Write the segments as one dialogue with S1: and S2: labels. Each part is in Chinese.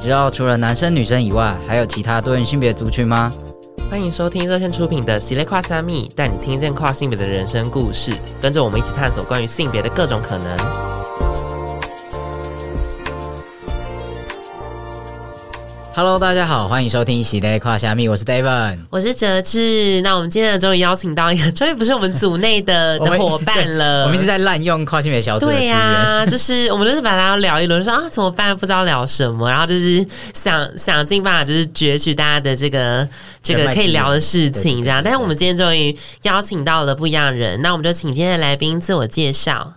S1: 知道除了男生女生以外，还有其他多元性别族群吗？
S2: 欢迎收听热线出品的《喜类跨三密》，带你听见跨性别的人生故事，跟着我们一起探索关于性别的各种可能。
S1: Hello，大家好，欢迎收听《喜来跨虾米》，我是 David。
S2: 我是哲志，那我们今天呢，终于邀请到一个，终于不 是我们组内的
S1: 我
S2: 的
S1: 们
S2: 伙伴了。
S3: 呃
S1: 我们一直在滥用跨性别小组的资
S2: 对
S1: 源，
S2: 呀、 就是我们就是把他聊一轮，说啊怎么办，不知道聊什么，然后就是想想尽办法，就是攫取大家的这个这
S1: 人
S2: 个
S1: 脉
S2: 可以
S1: 资源
S2: 聊的事情，这
S1: 对对对对
S2: 样。但是我们今天终于邀请到了不一样的人，那我们就请今天的来宾自我介绍。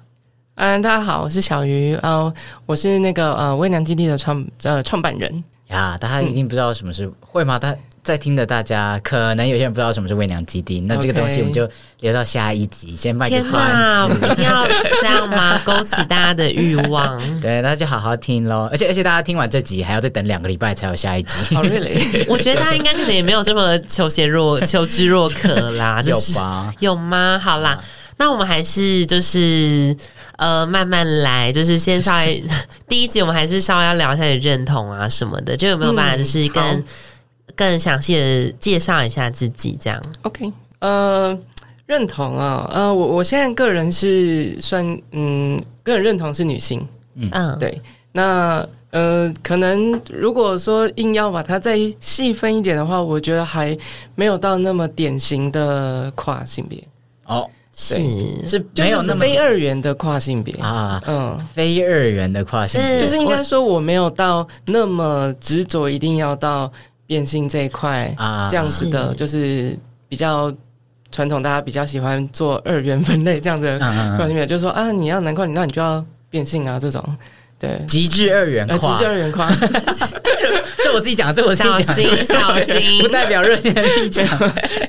S3: 嗯，大家好，我是小鱼，呃，我是那个呃微娘基地的创呃创办 人，
S1: 呀，大家一定不知道什么是、会吗？大在听的大家，可能有些人不知道什么是喂娘基地，那这个
S3: OK
S1: 东西我们就留到下一集，先卖给
S2: 天
S1: 关。
S2: 哪，我们一定要这样吗？勾起大家的欲望。
S1: 对，那就好好听喽。而且而且，大家听完这集还要再等两个礼拜才有下一集，
S3: 哦、，really，
S2: 我觉得大家应该可能也没有这么求 贤若求知若渴啦，就
S1: 有
S2: 是
S1: 吧？
S2: 有吗？好啦，那我们还是就是呃慢慢来，就是先稍微 第一集我们还是稍微要聊一下你认同啊什么的，就有没有办法
S3: 嗯
S2: 就是更、
S3: 好
S2: 更详细的介绍一下自己这样？
S3: OK，呃，认同啊、呃，我我现在个人是算嗯，个人认同是女性。
S2: 嗯，
S3: 对那呃，可能如果说硬要把它再细分一点的话，我觉得还没有到那么典型的跨性别，
S1: 哦，
S2: 是。
S1: 是
S3: 就
S1: 没有
S3: 是
S1: 那么
S3: 非二元的跨性别。
S1: 啊，
S3: 嗯，
S1: 非二元的跨性别，
S2: 嗯
S3: 就是应该说我没有到那么执着，一定要到变性这一块
S1: 啊
S3: 这样子的，
S2: 是
S3: 就是比较传统，大家比较喜欢做二元分类这样的
S1: 嗯嗯
S3: 观
S1: 嗯，
S3: 念，就是说啊，你要男跨，那你就要变性啊，这种对，
S1: 极致二元
S3: 呃，极
S1: 跨
S3: 致，二元跨，
S1: 这我自己讲，这我自己
S2: 小
S1: 讲的，
S2: 心，小
S1: 不
S2: 心！
S1: 代表热线立场。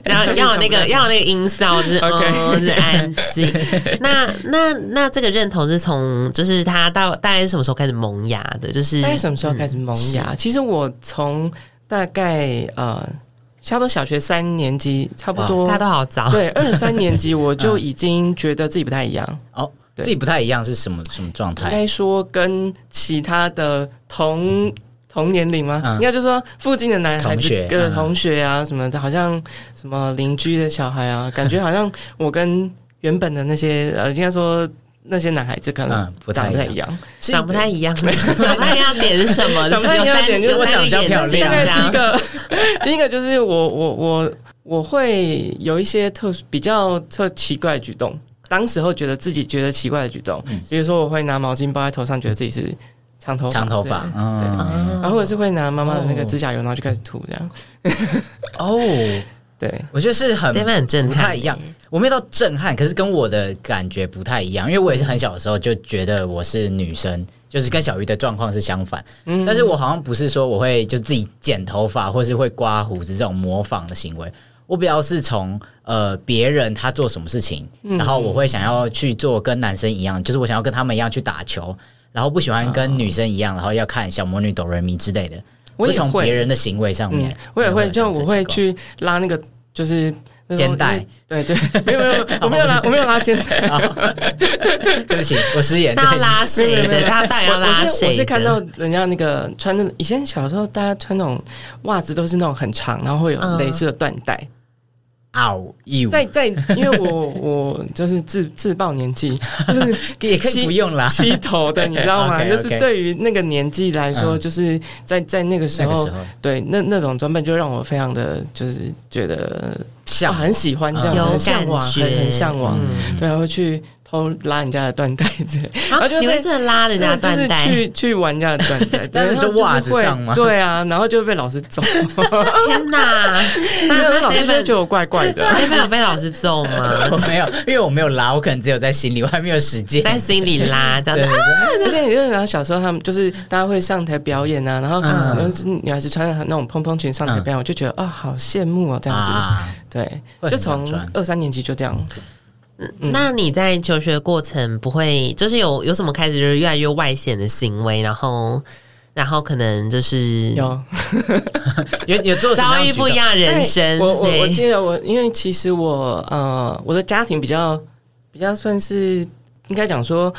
S2: 然后 要有那个，要有那个音效，就是
S3: OK
S2: 哦， 就是安静。那那那这个认同是从，就是他到大概是什么时候开始萌芽的？就是
S3: 大概什么时候开始萌芽？其实我从大概呃，差不多小学三年级，差不
S2: 大
S3: 多
S2: 家都好早，
S3: 对二三年级，我就已经觉得自己不太一样。
S1: 哦，
S3: 对
S1: 自己不太一样是什么什么状
S3: 应
S1: 态？
S3: 该说跟其他的同同年龄吗？
S1: 嗯
S3: 应该就是说附近的男孩
S1: 同
S3: 子
S1: 学
S3: 跟
S1: 嗯
S3: 同学啊什么的，好像什么邻居的小孩 啊，感觉好像我跟原本的那些呃，应该说那些男孩子可能
S1: 嗯不太
S3: 长
S1: 一
S3: 不太
S1: 样
S3: 一样。
S2: 长不太一样，长不太一样点是什
S1: 啊
S2: 么？
S3: 长不太一样的点就是
S2: 有
S3: 我
S2: 三
S1: 长得比较
S2: 有
S1: 漂
S2: 三个眼睛
S1: 亮
S2: 这
S3: 大
S2: 样
S3: 概第一个第一个就是我我我我会有一些特殊比较特奇怪的举动，当时候觉得自己觉得奇怪的举动，
S1: 嗯
S3: 比如说我会拿毛巾包在头上，觉得自己是长头发
S1: 长头
S3: 之类的
S1: 发，嗯，
S2: 哦
S3: 然后或者是会拿妈妈的那个
S1: 哦
S3: 指甲油，然后就开始涂这样。
S1: 哦，
S3: 对，
S1: 我觉得是很
S2: 对面很震
S1: 不太
S2: 撼
S1: 一样，我没有到震撼，可是跟我的感觉不太一样，因为我也是很小的时候就觉得我是女生，就是跟小鱼的状况是相反。
S3: 嗯
S1: 但是我好像不是说我会就自己剪头发或是会刮胡子这种模仿的行为，我比较是从呃别人他做什么事情，
S3: 嗯
S1: 然后我会想要去做跟男生一样，就是我想要跟他们一样去打球，然后不喜欢跟女生一样，然后要看小魔女哆瑞咪之类的。
S3: 哦我
S1: 是
S3: 也
S1: 从
S3: 会
S1: 别人的行为上面，
S3: 嗯，我也
S1: 有
S3: 会，
S1: 这
S3: 就
S1: 样子
S3: 我会
S1: 的习
S3: 去拉那个就是那种
S1: 肩带，哦
S3: 对对， 没有 没有，我没有拉，我没有拉肩带。
S1: 惯。好 对不起，我失言。
S2: 那要
S1: 对
S2: 拉谁的？他到底
S3: 我
S2: 要拉
S3: 我是
S2: 谁
S3: 我
S2: 的？啊
S3: 是看到人家那个穿那种，以前小时候大家穿那种袜子都是那种很长，然后会有
S2: 嗯
S3: 蕾丝的缎带。
S1: 嗷，you，
S3: 在在，因为我我就是自自暴年纪，
S1: 也可以不用 啦。
S3: 七头的，你知道吗？
S1: OK，OK
S3: 就是对于那个年纪来说，
S1: 嗯
S3: 就是在在那个时
S1: 那个
S3: 候
S1: 时，候，
S3: 对那那种装扮就让我非常的就是觉得
S1: 像
S3: 哇很喜欢这样
S2: 有
S3: 子，
S2: 感
S3: 很向往，
S2: 觉
S3: 很很向往，
S1: 嗯
S3: 对啊，会去偷拉人家的缎带之类，然
S2: 啊
S3: 后就
S2: 你
S3: 被
S2: 会真的拉人家
S3: 就是
S2: 缎带？
S3: 去去玩人家的缎 带，
S1: 但是
S3: 然后
S1: 就袜子
S3: 是会
S1: 上吗
S3: 对啊，然后就被老师揍，
S2: 天哪！那
S3: 然后
S2: 那
S3: 老师就会
S2: David
S3: 觉得我怪怪的。
S2: David 有被老师揍 吗？
S1: 我没有，因为我没有拉，我可能只有在心里，我还没有实践。
S2: 在心里拉这样
S1: 对
S2: 子
S1: 对，啊对
S3: 而且你就想小时候他们就是大家会上台表演啊，然后
S1: 嗯
S3: 就是女孩子穿着那种蓬蓬裙上台表演，我就觉得啊、好羡慕哦，这样子。
S1: 啊，
S3: 对，
S1: 会
S3: 就
S1: 很想
S3: 从
S1: 穿
S3: 二三年级就这样。嗯
S2: 那你在求学过程不会就是有有什么开始就是越来越外显的行为，然后然后可能就是
S3: 有
S1: 有有做什么
S2: 遭
S1: 样
S2: 遇
S1: 的
S2: 不一
S1: 举动？
S2: 样的人生。
S3: 我我我
S2: 对
S3: 记得我，因为其实我呃，我的家庭比较比较算是应该讲说，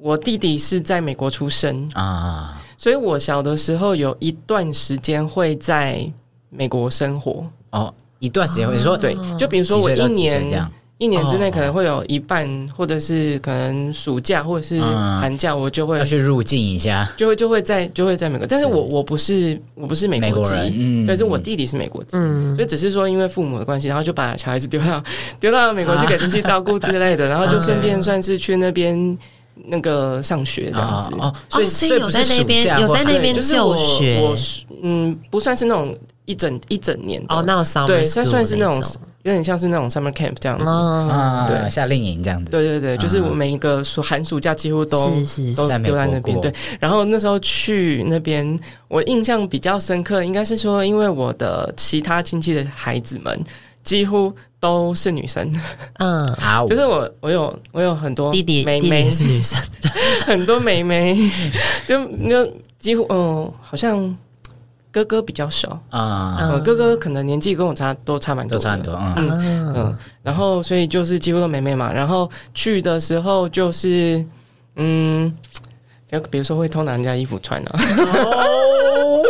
S3: 我弟弟是在美国出生，
S1: 啊，
S3: 所以我小的时候有一段时间会在美国生活，
S1: 哦，一段时间
S2: 啊
S1: 会说
S3: 对，就比如
S1: 几
S3: 说我
S1: 岁
S3: 一
S1: 到几岁这
S3: 年
S1: 样，
S3: 一年之内
S1: 哦
S3: 可能会有一半，或者是可能暑假或者是
S1: 嗯
S3: 寒假，我就会
S1: 要去入境一下
S3: 就会就会在就会在美国，但是
S1: 是
S3: 我我不是我不是美
S1: 美
S3: 国
S1: 国
S3: 籍，
S1: 人，嗯，
S3: 但是我弟弟是美国籍，
S2: 嗯
S3: 所以只是说因为父母的关系，然后就把小孩子丢到 丢到美国去给亲戚照顾之类
S1: 啊
S3: 的，然后就顺便算是去那边那个上学这样子。
S1: 哦哦，所以
S2: 哦所以
S1: 所以
S2: 有
S1: 不
S2: 在
S1: 是
S2: 那
S1: 暑
S2: 边
S1: 假
S2: 有
S1: 或
S2: 在那
S3: 对
S2: 边
S3: 就是我
S2: 就学
S3: 我是嗯不算是那种一整一整年的
S2: 哦，那我 summer
S3: 对，
S2: school
S3: 算算是那种
S2: 种
S3: 有点像是那种 summer camp 这样子。
S2: 哦，啊
S1: 啊，
S3: 嗯对
S1: 夏令营这样子，
S3: 对对对，就是
S1: 嗯
S3: 我每一个暑寒暑假几乎都
S2: 是是是
S3: 都
S1: 在美
S3: 丢在
S1: 国
S3: 那边。
S1: 过
S3: 对，然后那时候去那边，我印象比较深刻，应该是说，因为我的其他亲戚的孩子们几乎都是女生，
S2: 嗯，
S1: 啊，
S3: 就是我我有我有很多
S2: 弟弟
S3: 妹
S2: 弟弟 也
S3: 妹，
S2: 是女 生，
S3: 很多妹妹， 就就几乎嗯、好像哥哥比较少，
S1: 啊，
S2: 嗯
S3: 呃，哥哥可能年纪跟我差都差蛮多
S1: 都
S3: 的，
S1: 差很多，嗯，
S2: 嗯
S3: 嗯，然后所以就是几乎都妹妹嘛，然后去的时候就是嗯，就比如说会偷拿人家衣服穿啊，
S1: 哦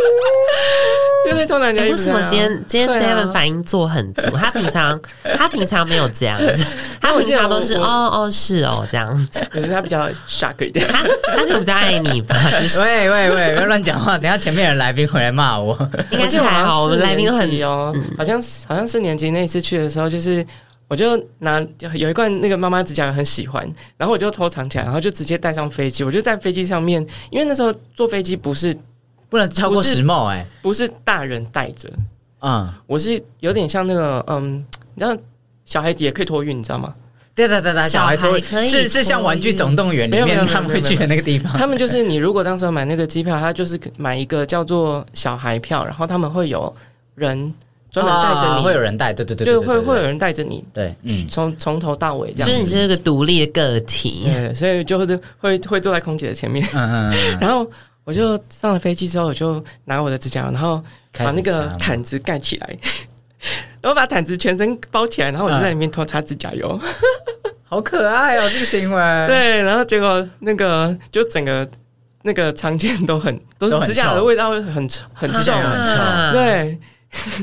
S3: 就会偷拿人家
S2: 哎，
S3: 衣
S2: 为
S3: 服
S2: 什
S3: 穿、啊
S2: 么今天今天
S3: 对啊
S2: David 反应做很足？他平常他平常没有这样， 他
S3: 我
S2: 平
S3: 记得
S2: 常
S3: 我
S2: 都是
S3: 我
S2: 哦哦是哦这样，
S3: 可是他比较 shock 一点？
S2: 他他可能比较爱你吧，就是
S1: 喂喂喂，不要乱讲话，等一下前面有来宾回来骂我。
S2: 应该是还好，我
S3: 我记
S2: 们
S3: 得
S2: 来宾都
S3: 好像
S2: 很嗯
S3: 四年级哦，好像好像四年级那一次去的时候，就是我就拿有一罐那个妈妈指甲油很喜欢，然后我就偷藏起来，然后就直接带上飞机，我就在飞机上面，因为那时候坐飞机不是
S1: 不能超过十帽哎，
S3: 不是大人带着，
S1: 嗯，
S3: 我是有点像那个嗯，你知道小孩子也可以托运，你知道吗？
S1: 对对对对，小孩
S2: 小
S1: 都
S2: 孩可以
S1: 是是像《玩具总动员》里
S3: 没有没
S1: 面
S3: 有
S1: 他们会去的那个地方
S3: 他们就是你如果当时买那个机票，他就是买一个叫做小孩票，然后他们会有人专门带着
S1: 啊
S3: 你，
S1: 会有人带，对对对，
S3: 哦
S1: 对
S3: 就会
S1: 对对
S3: 会有人带着你
S1: 对，嗯，
S3: 从从头到尾
S2: 就
S3: 这
S2: 是
S3: 样
S2: 你
S3: 子。嗯
S2: 是个独立的个体，
S3: 对，所以就会会会坐在空姐的前面，
S1: 嗯嗯嗯，
S3: 然后我就上了飞机之后，我就拿我的指甲油，然后
S1: 开
S3: 把
S1: 始
S3: 那个
S1: 查
S3: 毯子盖起来， 然后把毯子全身包起来，然
S1: 嗯
S3: 后我就在里面偷擦指甲油。
S1: 好可爱哦，这个行为，
S3: 对，然后结果那个就整个那个常见都 很
S1: 都
S3: 都是
S1: 很
S3: 指甲油
S1: 臭
S3: 的味道会很臭很
S1: 指
S3: 重
S1: 甲油很臭
S2: 啊，
S3: 对，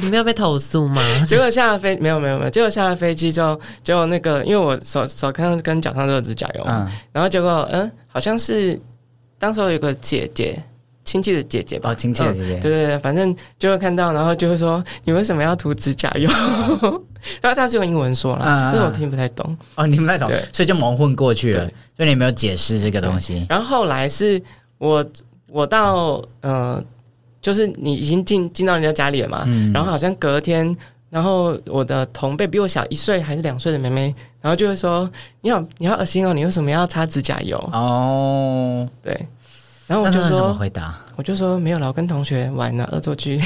S2: 你没有被投诉 吗？
S3: 结果下了飞没有没有没有，结果下了飞机之后，结果那个因为我手手看上跟脚上都有指甲油，
S1: 嗯，
S3: 然后结果嗯好像是当时候有个姐姐亲戚的姐姐吧，
S1: 哦，亲戚的姐
S3: 对
S1: 姐，
S3: 对对，反正就会看到，然后就会说你为什么要涂指甲油？ 然后他是用英文说
S1: 嗯嗯
S3: 啦，
S1: 嗯
S3: 因为我听不太懂。
S1: 哦，你们那懂
S3: 对，
S1: 所以就蒙混过去了
S3: 对，
S1: 所以你没有解释这个东西，
S3: 然后后来是我我到呃，就是你已经进进到人家家里了嘛，
S1: 嗯
S3: 然后好像隔天，然后我的同辈比我小一岁还是两岁的妹妹，然后就会说你好你好恶心哦，你为什么要擦指甲油？
S1: 哦，
S3: 对，然后
S1: 啊那
S3: 我就
S1: 他怎么
S3: 说
S1: 回答？
S3: 我就说没有啦，我跟同学玩呢、恶 作剧，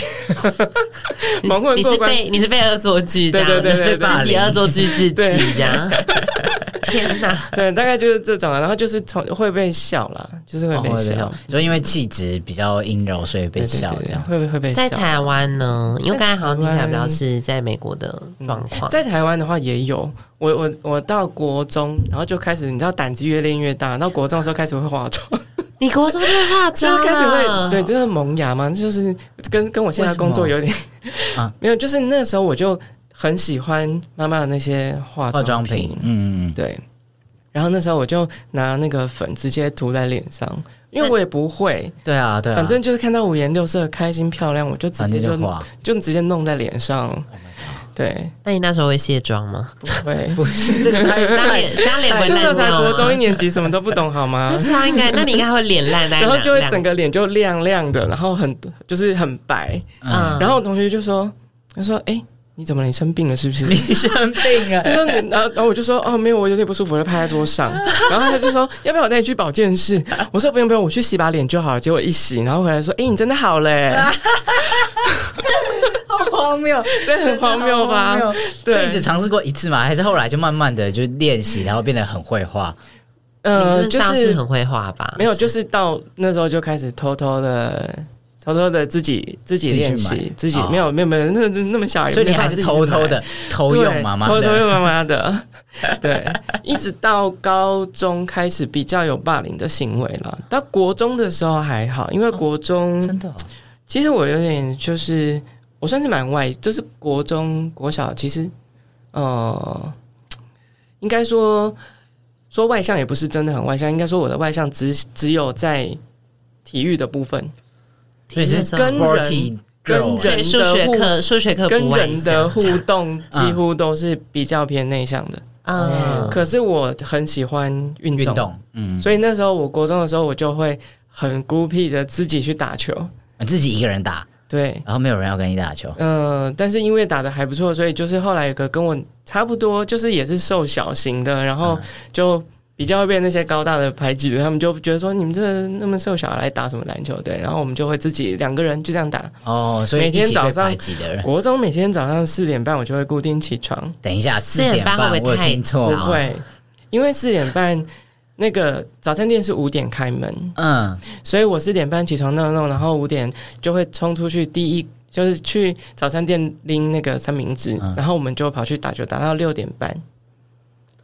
S3: 蒙混
S2: 你
S3: 过
S2: 是
S3: 关。
S2: 被你是被恶作剧这样，
S3: 对对对对
S2: 你是被自己
S1: 霸凌
S2: 恶作剧自己
S3: 对
S2: 这样。 天哪！
S3: 对，大概就是这种啊，然后就是从会被笑啦，就是会
S1: 哦
S3: 被
S1: 会被
S3: 笑，
S1: 笑，就因为气质比较阴柔，所以被
S3: 啊对对对
S1: 笑
S3: 对
S1: 这样。
S3: 会不会被
S2: 在
S3: 笑
S2: 台湾呢，因为刚才好像听起来比较
S3: 在台湾
S2: 是在美国的状
S1: 啊
S2: 况，
S3: 在台湾的话也有，我我我到国中，然后就开始，你知道胆子越练越大，到国中的时候开始会 化妆，
S2: 你国中就会化
S3: 就
S1: 啊
S2: 妆了
S3: 开始会对，真的萌芽嘛，就是跟跟我现在工作有点
S1: 啊，
S3: 没有，就是那时候我就很喜欢妈妈的那些化
S1: 化
S3: 妆
S1: 妆品，嗯，嗯
S3: 对，然后那时候我就拿那个粉直接涂在脸上，因为我也不会，
S1: 对啊，对啊，
S3: 反正就是看到五颜六色、开心漂亮，我就直
S1: 反
S3: 接
S1: 正
S3: 就
S1: 就 Oh 画，
S3: 就直接弄在脸上，对，
S2: 那你那时候会卸妆 吗？
S3: 不 会。
S1: 不是这个太
S2: 加脸加脸会
S3: 那时候
S2: 烂
S3: 哎才
S2: 掉
S1: 啊
S3: 国中一
S2: 吗？
S3: 年级，什么都不懂，好吗
S2: 那？超应该，那你应该会脸烂，大概
S3: 然后
S2: 两
S3: 就会
S2: 两
S3: 整个脸就亮亮的，然后很就是很白。
S1: 嗯，
S3: 然后我同学就说：“他说，哎、你怎么了？你生病了是不是
S1: 你生病？”
S3: 他
S1: 啊？
S3: 说：“你然后然后我就说，哦，没有，我有点不舒服，我就趴在桌上。然后他就说，要不要我带你去保健室？我说不用不用，我去洗把脸就好了。结果一洗，然后回来说，哎、你真的好嘞、
S1: 好荒谬，
S3: 对，很荒谬吧？
S1: 所以你只
S3: 对，
S1: 尝试过一次嘛？还是后来就慢慢的就练习，然后变得很会画？
S2: 理
S3: 呃，
S2: 论
S3: 就
S2: 上是
S3: 是
S2: 很会画吧？
S3: 没有，就是到那时候就开始偷偷的偷偷的自己
S1: 自
S3: 自己
S1: 己去
S3: 练
S1: 买
S3: 习，自己
S1: 哦
S3: 没有没有没有，那个那么小，
S1: 所以你
S3: 没
S1: 还
S3: 办法
S1: 是
S3: 自己
S1: 偷
S3: 买
S1: 偷的偷用妈妈
S3: 对偷偷
S1: 的
S3: 用妈妈的，对，一直到高中开始比较有霸凌的行为了。到国中的时候还好，因为国中、
S1: 真的哦、
S3: 其实我有点就是我算是蛮外，就是国中国小其实呃，应该说说外向也不是真的很外向，应该说我的外向只只有在体育的部分，
S1: 所以是
S2: 体育的时候
S1: sporty
S3: 跟
S1: girl
S2: 所以数学课数学课
S3: 跟
S2: 不外
S3: 人
S2: 向
S3: 的互动几乎都是比较偏内向的。
S2: 嗯，
S3: 可是我很喜欢运
S1: 运
S3: 动，
S1: 动，嗯，
S3: 所以那时候我国中的时候，我就会很孤僻的自己去打球。
S1: 自己一个人打，
S3: 对，
S1: 然后没有人要跟你打球，
S3: 嗯、但是因为打的还不错，所以就是后来有个跟我差不多，就是也是瘦小型的，然后就比较会被那些高大的排挤的，他们就觉得说你们这那么瘦小来打什么篮球？对，然后我们就会自己两个人就这样打。
S1: 哦，所以
S3: 每天
S1: 一起被
S3: 早上
S1: 排挤的人。
S3: 国中每天早上四点半我就会固定起床，
S1: 等一下，四
S2: 点
S1: 点
S2: 半
S1: 半
S2: 会不
S1: 我
S2: 会
S1: 有
S2: 太
S1: 听错
S3: 不
S1: 吗？
S3: 会，因为四点半那个早餐店是五点开门，
S1: 嗯，
S3: 所以我四点半起床弄弄，然后五点就会冲出去，第一就是去早餐店拎那个三明治，
S1: 嗯
S3: 然后我们就跑去打球，打到六点半，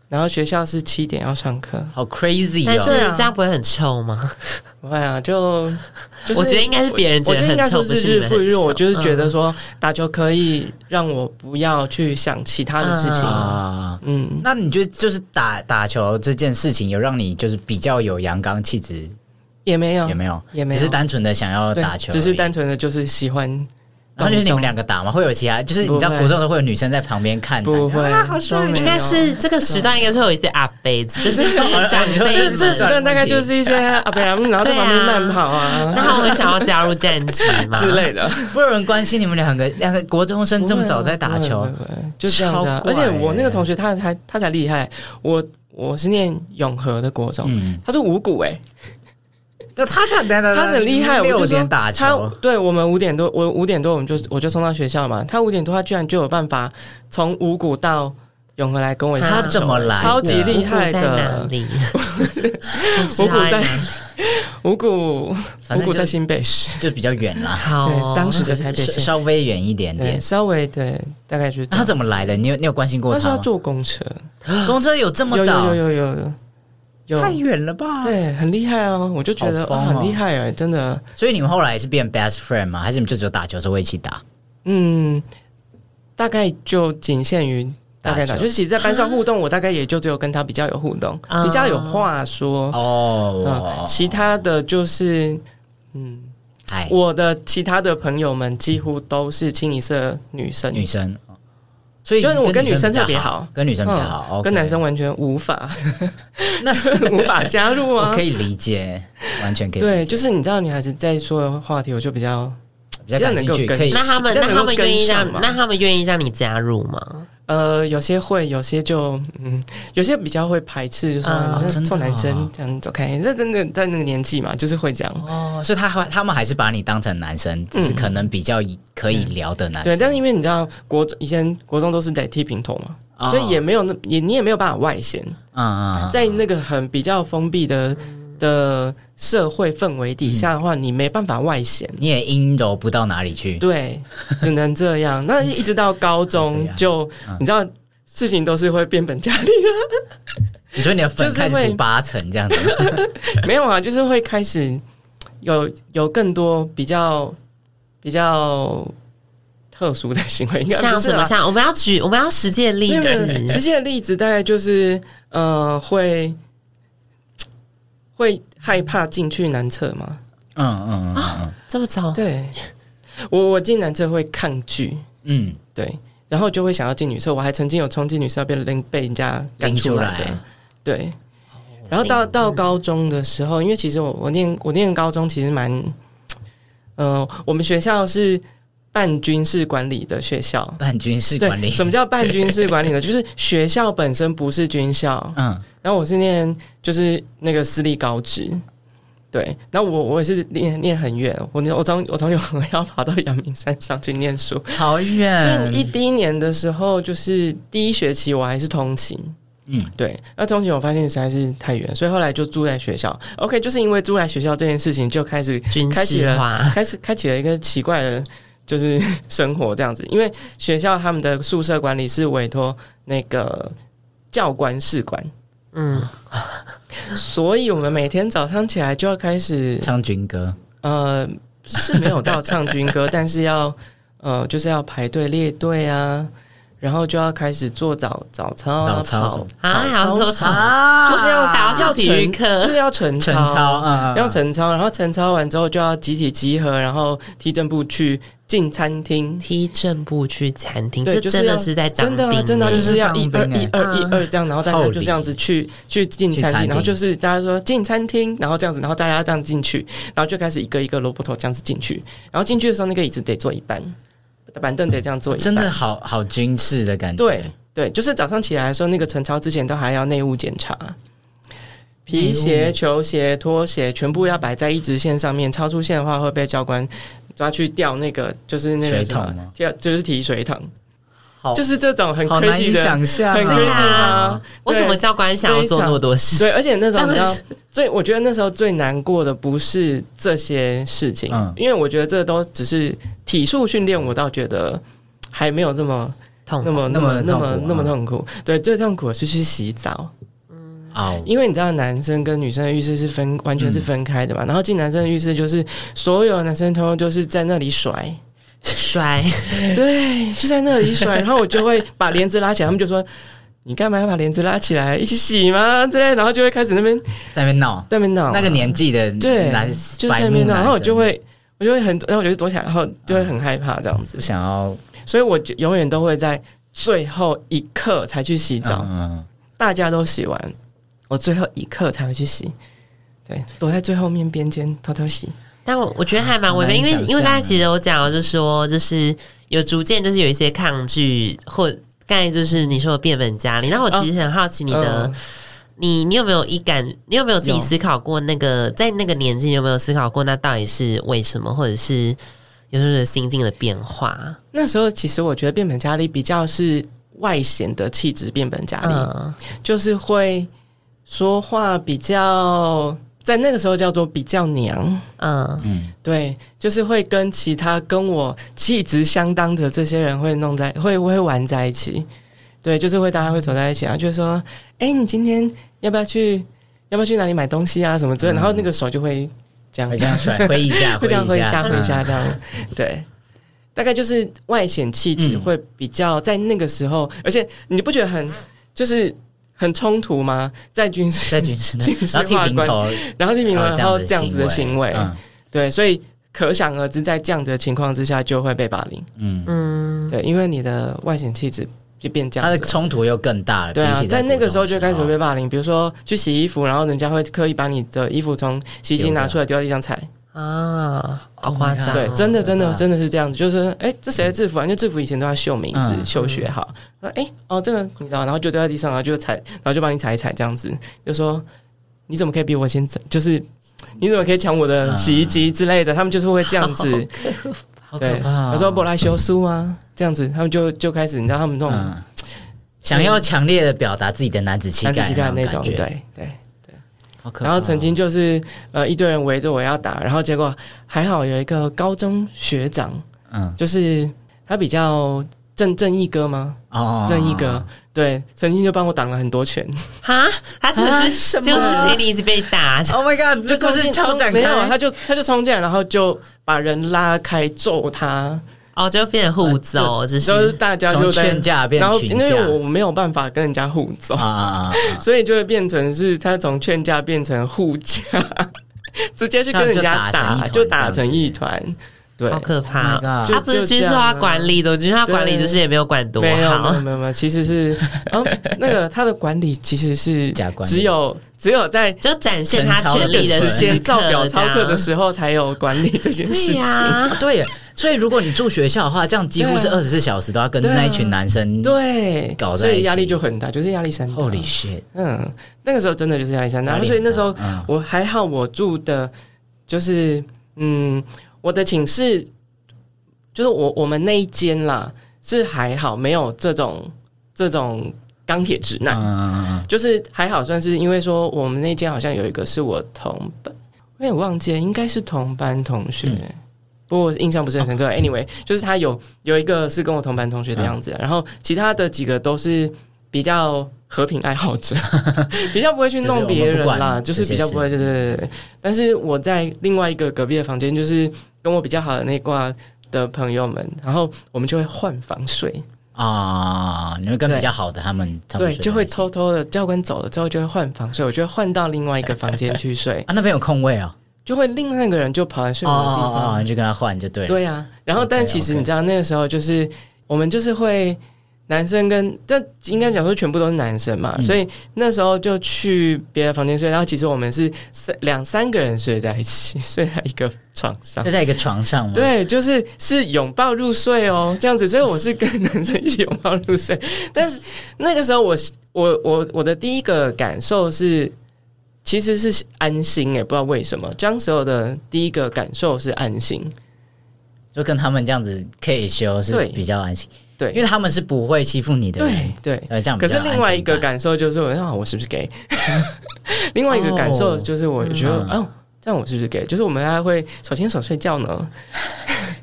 S3: 然后学校是七点要上课，
S1: 好 crazy
S3: 啊
S2: 但是
S1: 哦，
S2: 这样不会很臭吗？
S3: 不会啊，就、就是
S2: 我觉得应该是别人
S3: 我
S2: 觉得
S3: 觉得应
S2: 很
S3: 该
S2: 臭，
S3: 说
S2: 不
S3: 是
S2: 是你
S3: 日
S2: 们
S3: 复一
S2: 很
S3: 日，
S2: 臭。
S3: 我就是觉得
S2: 嗯
S3: 说打球可以让我不要去想其他的事情，
S1: 啊。
S3: 嗯，
S1: 那你觉得就是打打球这件事情，有让你就是比较有阳刚气质，
S3: 也没有
S1: 有没有？
S3: 也没有
S1: 只是单纯的想要
S3: 对
S1: 打球而已，
S3: 只是单纯的就是喜欢动一动，
S1: 然后就是你们两个打吗？会有其他，就是你知道
S3: 不会
S1: 国中的时候会有女生在旁边看大家，
S3: 不会，都没有啊
S2: 应该是这个时代，应该是会有一些阿伯子，就是 一些长辈
S3: 这这时
S2: 们，
S3: 段大概就是一些阿伯阿姆，然后在旁边慢跑啊
S2: 那他们会想要加入战局吗？
S3: 之类的，
S1: 不会有人关心你们两个两个国中生这么早在打球
S3: 不会，不会不会就这样子啊。
S1: 超怪
S3: 而
S1: 欸
S3: 且我那个同学他才他才厉害，我我是念永和的国中，
S1: 嗯，
S3: 他是五股哎，
S1: 那他他
S3: 他
S1: 他
S3: 很厉害。我就
S1: 六
S3: 说
S1: 点打球
S3: 他，对我们五点多，我五点多我们就我就送到学校嘛，他五点多他居然就有办法从五股到永和来跟我一起打球，
S1: 他怎么来的
S3: 超级厉害
S2: 在哪
S3: 的，
S2: 里？
S3: 五股在
S2: 哪里
S3: 五股
S1: 反
S3: 五
S1: 正
S3: 股
S1: 就
S3: 在新北市，
S1: 就比较远啦，
S2: 好哦，
S3: 对，当时
S1: 就
S3: 的 台北
S1: 是
S3: 市。
S1: 稍微远一点
S3: 对，
S1: 点。
S3: 稍微对，大概就是这
S1: 那
S3: 样。
S1: 他怎么来的？你有你有关心过
S3: 那时
S1: 他
S3: 候要
S1: 吗？
S3: 坐公车，
S1: 公车有这么
S3: 有
S1: 早
S3: 有？有有有有
S1: 太
S3: 有，
S1: 远了吧？
S3: 对，很厉害哦！我就觉得
S1: 好疯
S3: 哇
S1: 哦
S3: 很厉害哎，真的，
S1: 所以你们后来是变 best friend 吗？还是你们就只有打球的时候会一起打？
S3: 嗯，大概就仅限于大概
S1: 打
S3: 打，
S1: 球
S3: 就是其实在班上互动，我大概也就只有跟他比较有互 动，
S2: 啊
S3: 比较有话说，嗯
S1: 哦，，
S3: 其他的就是。嗯，
S1: 哎，
S3: 我的其他的朋友们几乎都是清一色女生，
S1: 女生，哦所以
S3: 就是我跟女生
S1: 比较
S3: 特别
S1: 好
S3: 好，
S1: 跟女生比较
S3: 嗯
S1: 好，OK 哦
S3: 跟男生完全无法，
S1: 那
S3: 无法加入
S1: 我
S3: 啊
S1: 可。以理解，完全可以理解，
S3: 对，就是你知道，女孩子在说的话题，我就比较
S1: 比较感兴趣，
S3: 要能够跟
S1: 可以
S2: 那他们
S3: 这
S2: 那
S3: 样能
S2: 他
S3: 够
S2: 们愿意
S3: 跟上
S2: 让
S3: 吗
S2: 那他们愿意让你加入吗？
S3: 呃，有些会，有些就嗯，有些比较会排斥，就说
S2: 啊
S3: 你这
S1: 真的
S3: 臭男
S1: 啊
S3: 生这样走开。那真的在那个年纪嘛，就是会这
S2: 啊
S3: 样。
S1: 哦，所以他还他们还是把你当成男生，只是可能比较可以聊的男生，
S3: 嗯对，但是因为你知道国以前国中都是得剃平头嘛，
S1: 哦
S3: 所以也没有那也你也没有办法外显，
S1: 嗯嗯，
S3: 在那个很比较封闭的的社会氛围底下的话，你没办法外显。
S1: 你也阴柔不到哪里去，
S3: 对，只能这样。那一直到高
S1: 这
S3: 中
S1: 样
S3: 就
S1: 嗯
S3: 你知道事情都是会变本加厉的。
S1: 你说你的粉
S3: 就是
S1: 开始
S3: 会
S1: 涂八层这样子，
S3: 没有啊，就是会开始有有更多比较比较特殊的行为，应该
S2: 像
S3: 不是
S2: 什么
S3: 啦
S2: 像我们要举我们要实际的例
S3: 没有没有没有
S2: 子
S3: 实际的例子大概就是呃，会会害怕进去男厕嘛？
S1: 嗯嗯嗯
S3: 啊
S1: 嗯
S2: 这么早
S3: 对，我我进男厕会抗拒，
S1: 嗯，
S3: 对，然后就会想要进女厕。我还曾经有冲进女厕被人被人家赶
S1: 拎出
S3: 来的，
S1: 来，
S3: 对。然后到到高中的时候，因为其实我我念我念高中其实蛮，嗯、我们学校是半军事管理的学校。
S1: 办军事管理，
S3: 对，什么 叫半军事管理呢？就是学校本身不是军校，
S1: 嗯，
S3: 然后我是念就是那个私立高职，对，然后我我也是念念很远，我念我从我从永和要跑到阳明山上去念书，
S1: 好
S3: 所以
S1: 远，
S3: 一第一年的时候，就是第一学期我还是通勤，
S1: 嗯，
S3: 对。那中学我发现实在是太远，所以后来就住在学校。OK，就是因为住在学校这件事情，就开始
S2: 军
S3: 开启
S2: 事化
S3: 了，开始开启了一个奇怪的，就是生活这样子。因为学校他们的宿舍管理是委托那个教官士官，
S2: 嗯，
S3: 所以我们每天早上起来就要开始
S1: 唱军歌，
S3: 呃，是没有到唱军歌，但是要 呃，就是要排队列队啊，然后就要开始做早早操、啊、
S1: 早操
S3: 跑
S2: 啊，还要做操，
S1: 啊
S3: 就是要
S2: 打
S3: 要
S2: 校体育
S3: 晨
S2: 课
S3: 就是要晨
S1: 晨
S3: 操
S1: 操，嗯，
S3: 要晨操，然后晨操完之后就要集体集合，然后踢正步去进餐厅。
S2: 踢正步去餐厅，
S3: 对
S2: 这
S3: 就是
S2: 真的
S3: 要
S2: 是在当
S3: 真
S2: 兵
S3: 的
S2: 耶，
S3: 啊，真的啊
S1: 这
S3: 就是是要
S1: 当
S3: 一
S1: 兵
S3: 二一
S1: 欸
S3: 二一二这样，然后大家
S1: 厚
S3: 就
S1: 礼
S3: 这样子去去进
S1: 去
S3: 餐
S1: 餐
S3: 厅，然后
S1: 厅
S3: 就是大家说进餐厅，然后这样子，然后大家这样进去，然后就开始一个一个萝卜头这样子进去，然后进去的时候那个椅子得坐一半，板凳得这样坐一半，
S1: 哦真的好好军事的感觉，
S3: 对对，就是早上起来的时候，那个晨操之前都还要内务检查，皮
S1: 内
S3: 鞋、球鞋、拖鞋全部要摆在一直线上面，超出线的话会被教官抓去吊那个，就是那个
S1: 水
S3: 什么
S1: 桶吗
S3: 吊就是提水桶，
S1: 好，
S3: 就是是这种很
S1: 好难
S3: crazy
S1: 以
S3: 的，
S1: 想象
S3: 很 crazy
S2: 对啊
S3: 吗？
S2: 为什么教官想要做那么多事情？
S3: 对，而且那时候你
S2: 这
S3: 知
S2: 样
S3: 道
S2: 很，
S3: 最我觉得那时候最难过的不是这些事情，
S1: 嗯
S3: 因为我觉得这都只是体术训练，我倒觉得还没有这么
S2: 痛
S3: 那
S2: 苦
S3: 么
S1: 那
S3: 那
S1: 么
S3: 么那
S1: 痛苦啊
S3: 么那么痛苦。对，最痛苦的是去洗澡，
S1: 哦，
S3: 因为你知道男生跟女生的浴室是分完全
S2: 嗯
S3: 是分开的嘛。然后进男生的浴室就是所有的男生通通就是在那里甩，
S2: 摔，
S3: 对，就在那里甩。然后我就会把帘子拉起来，他们就说。你干嘛要把帘子拉起来一起洗吗？之类，然后就会开始那边
S1: 在那边闹，
S3: 在那边闹。
S1: 那个年纪的
S3: 对
S1: 男，
S3: 就
S1: 白
S3: 在那
S1: 目
S3: 边闹，
S1: 男
S3: 然后我就
S1: 生
S3: 会，我就会很，然后我就躲起来，然后就会很害怕这样子
S1: 不，想要
S3: 所以我就永远都会在最后一刻才去洗澡，
S1: 嗯，
S3: 大家都洗完，我最后一刻才会去洗，对，躲在最后面边间偷偷洗，
S2: 但我我觉得还蛮
S1: 很
S2: 微妙，
S1: 难
S2: 因为
S1: 想
S2: 因为
S1: 象
S2: 刚
S1: 啊
S2: 才其实有讲到，就是说就是有逐渐就是有一些抗拒，或刚才就是你说的变本加厉。那我其实很好奇你的，
S3: 哦嗯
S2: 你你有没有一感，你有没有自己
S3: 有
S2: 思考过那个在那个年纪你有没有思考过那到底是为什么，或者是有时候的心境的变化？
S3: 那时候其实我觉得变本加厉比较是外显的气质变本加厉，
S2: 嗯，
S3: 就是会说话比较，在那个时候叫做比较娘。
S2: 嗯，
S3: 对，就是会跟其他跟我气质相当的这些人会弄在会会玩在一起，对，就是会大家会走在一起啊，就说，哎、你今天要不要去要不要去哪里买东西啊什么之类的，然后那个手就会这样
S1: 会这样甩，挥一下，
S3: 会这样挥
S1: 一
S3: 一下嗯挥一下
S1: 嗯
S3: 这样，对。大概就是外显气质
S1: 嗯
S3: 会比较在那个时候，而且你不觉得很就是很冲突吗？在军事，
S1: 在军事那，
S3: 军事
S1: 然后剃
S3: 化
S1: 平
S3: 关
S1: 头， 哦
S3: 然后地平
S1: 然后
S3: 然后这样子的
S1: 行
S3: 行为，
S1: 嗯
S3: 对，所以可想而知，在这样子的情况之下，就会被霸凌。
S1: 嗯，
S3: 对，因为你的外显气质就变这
S1: 他
S3: 样
S1: 的
S3: 子了。
S1: 冲突又更大了。
S3: 对啊
S1: 比，起
S3: 在那
S1: 国
S3: 个
S1: 中
S3: 时候就开始
S1: 的
S3: 被霸凌，比如说去洗衣服，然后人家会刻意把你的衣服从洗衣机
S1: 丢掉
S3: 拿出来丢到地上踩。
S2: 啊，好
S1: Oh my
S2: 夸张、
S1: God
S2: 哦，
S3: 对，真的，真
S1: 对
S3: 的，
S1: 啊
S3: 真的是这样子，就是哎，这谁的制服啊？因为制服以前都要绣名字、
S1: 嗯
S3: 绣学号。说哎，哦，这个你知道，然后就丢在地上，然后就踩，然后就帮你踩一踩，这样子，就说你怎么可以比我先整？就是你怎么可以抢我的洗衣机之类的？他们就是会这 样子。
S1: 好
S3: 对
S1: 可啊怕哦。
S3: 他说不来修书吗？这样子，他们就就开始，你知道他们那种
S1: 嗯，想要强烈的表达自己的男子气
S3: 男子
S1: 概
S3: 气概的那
S1: 种
S3: 种，
S1: 感觉，
S3: 对对。
S1: 好可怕哦。
S3: 然后曾经就是呃一堆人围着我要打，然后结果还好有一个高中学长，
S1: 嗯
S3: 就是他比较正正义哥吗？
S1: 哦
S3: 正义哥，对，曾经就帮我挡了很多 拳，
S2: 哈，他
S3: 啊
S2: 就是、
S1: 什
S2: 就是陪你一直被 打，
S1: Oh my god！这故事
S3: 冲进
S1: 超
S3: 冲
S1: 展
S3: 没有，啊
S1: 开
S3: 他，就他就冲进来，然后就把人拉开揍他，
S2: 哦，就变成互揍，只
S3: 然后
S2: 是
S3: 大家
S1: 从
S3: 呃就在
S1: 劝，架变
S3: 然后
S1: 群
S3: 因
S1: 架
S3: 为我没有办法跟人家互揍
S1: 啊，啊啊！啊
S3: 所以就会变成是他从劝架变成护驾， 直接去跟人家
S1: 那
S3: 打，
S1: 就
S3: 就
S1: 打
S3: 打
S1: 成
S3: 成
S1: 一
S3: 一团。对
S2: 好，可怕
S1: Oh my
S2: 哦。
S1: god
S2: 他不是
S3: 就就
S2: 军事
S3: 这样
S2: 化
S3: 啊
S2: 管理的，军事化管理
S3: 对
S2: 就是也没有管多
S3: 没有没
S2: 好
S3: 有，没有没有，其实是 哦，那个他的管理其实是
S1: 假管理
S3: 只有只有在
S2: 就展现他
S1: 陈超
S2: 权
S1: 管理
S2: 力的
S1: 时
S3: 时间
S2: 刻
S3: 造表
S2: 这样
S3: 操课的时候才有管理这件事
S2: 对
S3: 情。
S1: 啊
S2: 呀，
S1: 对，所以如果你住学校的话，这样几乎是
S3: 对啊
S1: 二十四小时都要跟
S3: 对啊
S1: 那一群男生。
S3: 对啊
S1: 搞，在
S3: 所
S1: 一起
S3: 以压力就很大，就是压力山大。
S1: Holy shit！
S3: 嗯，那个时候真的就是压力山大，然后所以那时候
S1: 嗯
S3: 我还好，我住的就是嗯，我的寝室就是我我们那一间啦，是还好没有这种这种钢铁直男，
S1: 嗯，
S3: 就是还好算是因为说我们那间好像有一个是我同班，我也忘记了，应该是同班同学。
S1: 嗯
S3: 不过我印象不是很深刻。Anyway，就是他有有一个是跟我同班同学的样子，然后其他的几个都是比较和平爱好者， 比较不会去弄别人啦，
S1: 就
S3: 就是
S1: 我们不管
S3: 是比较不会，对对对对。但是我在另外一个隔壁的房间，就是跟我比较好的那一挂的朋友们，然后我们就会换房睡，
S1: 啊、你会跟比较好的他们，他们
S3: 对，
S1: 睡
S3: 就会
S1: 在一起
S3: 偷偷的教官走了之后就会换房睡，我就会换到另外一个房间去睡，
S1: 啊，那边有空位哦，
S3: 就会另外一个人就跑来睡
S1: 哦
S3: 我的地
S1: 哦
S3: 方。
S1: 哦，你就跟他换就对了。
S3: 对呀、然后
S1: OK，
S3: 但其实
S1: OK
S3: 你知道那个时候就是我们就是会男生跟这应该讲说全部都是男生嘛，
S1: 嗯
S3: 所以那时候就去别的房间睡，然后其实我们是三两三个人睡在一起， 睡在一个床上
S1: 就。在一个床上吗？，
S3: 啊对，就是是拥抱入睡哦，这样子，所以我是跟男生一起拥抱入睡。但是那个时候我，我我我的第一个感受是，其实是安心，欸也不知道为什么。当时候的第一个感受是安心，
S1: 就跟他们这样子可以休是
S3: 对
S1: 比较安心，
S3: 对，
S1: 因为他们是不会欺负你的
S3: 对
S1: 人，
S3: 对。
S1: 所以这样比
S3: 可
S1: 较
S3: 是
S1: 有安全感。
S3: 另外一个感受就是我，啊，我是不是 gay？另外一个感受就是，我觉得，
S1: 嗯
S3: 哦，这样我是不是 gay？就是我们还会手牵手睡觉呢，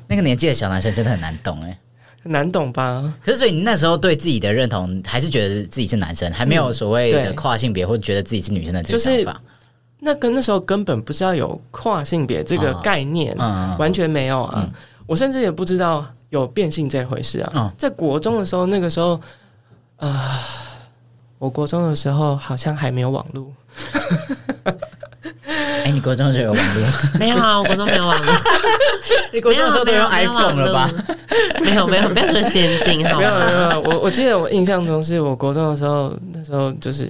S1: 那个年纪的小男生真的很难懂哎、
S3: 很难懂吧？
S1: 可是所以你那时候对自己的认同还是觉得自己是男生，还没
S3: 嗯
S1: 有所谓的跨性别或者觉得自己是女生的这个想法。
S3: 那跟那时候根本不知道有跨性别这个
S1: 啊
S3: 概念，
S1: 嗯，
S3: 完全没有啊！
S1: 嗯
S3: 我甚至也不知道有变性这回事啊。
S1: 嗯
S3: 在国中的时候，那个时候啊、呃我国中的时候好像还没有网络，
S1: 哎、你国中就有网络，
S2: 没有啊，我国中没有网络，
S1: 你国中的时候都
S2: 没
S1: 用
S2: 有没有啊
S1: iPhone 了吧？
S2: 没有没有没有这么先进，
S1: 哦
S2: 好
S3: 没有没
S2: 吗？
S3: 有没有。我我记得我印象中是我国中的时候，那时候就是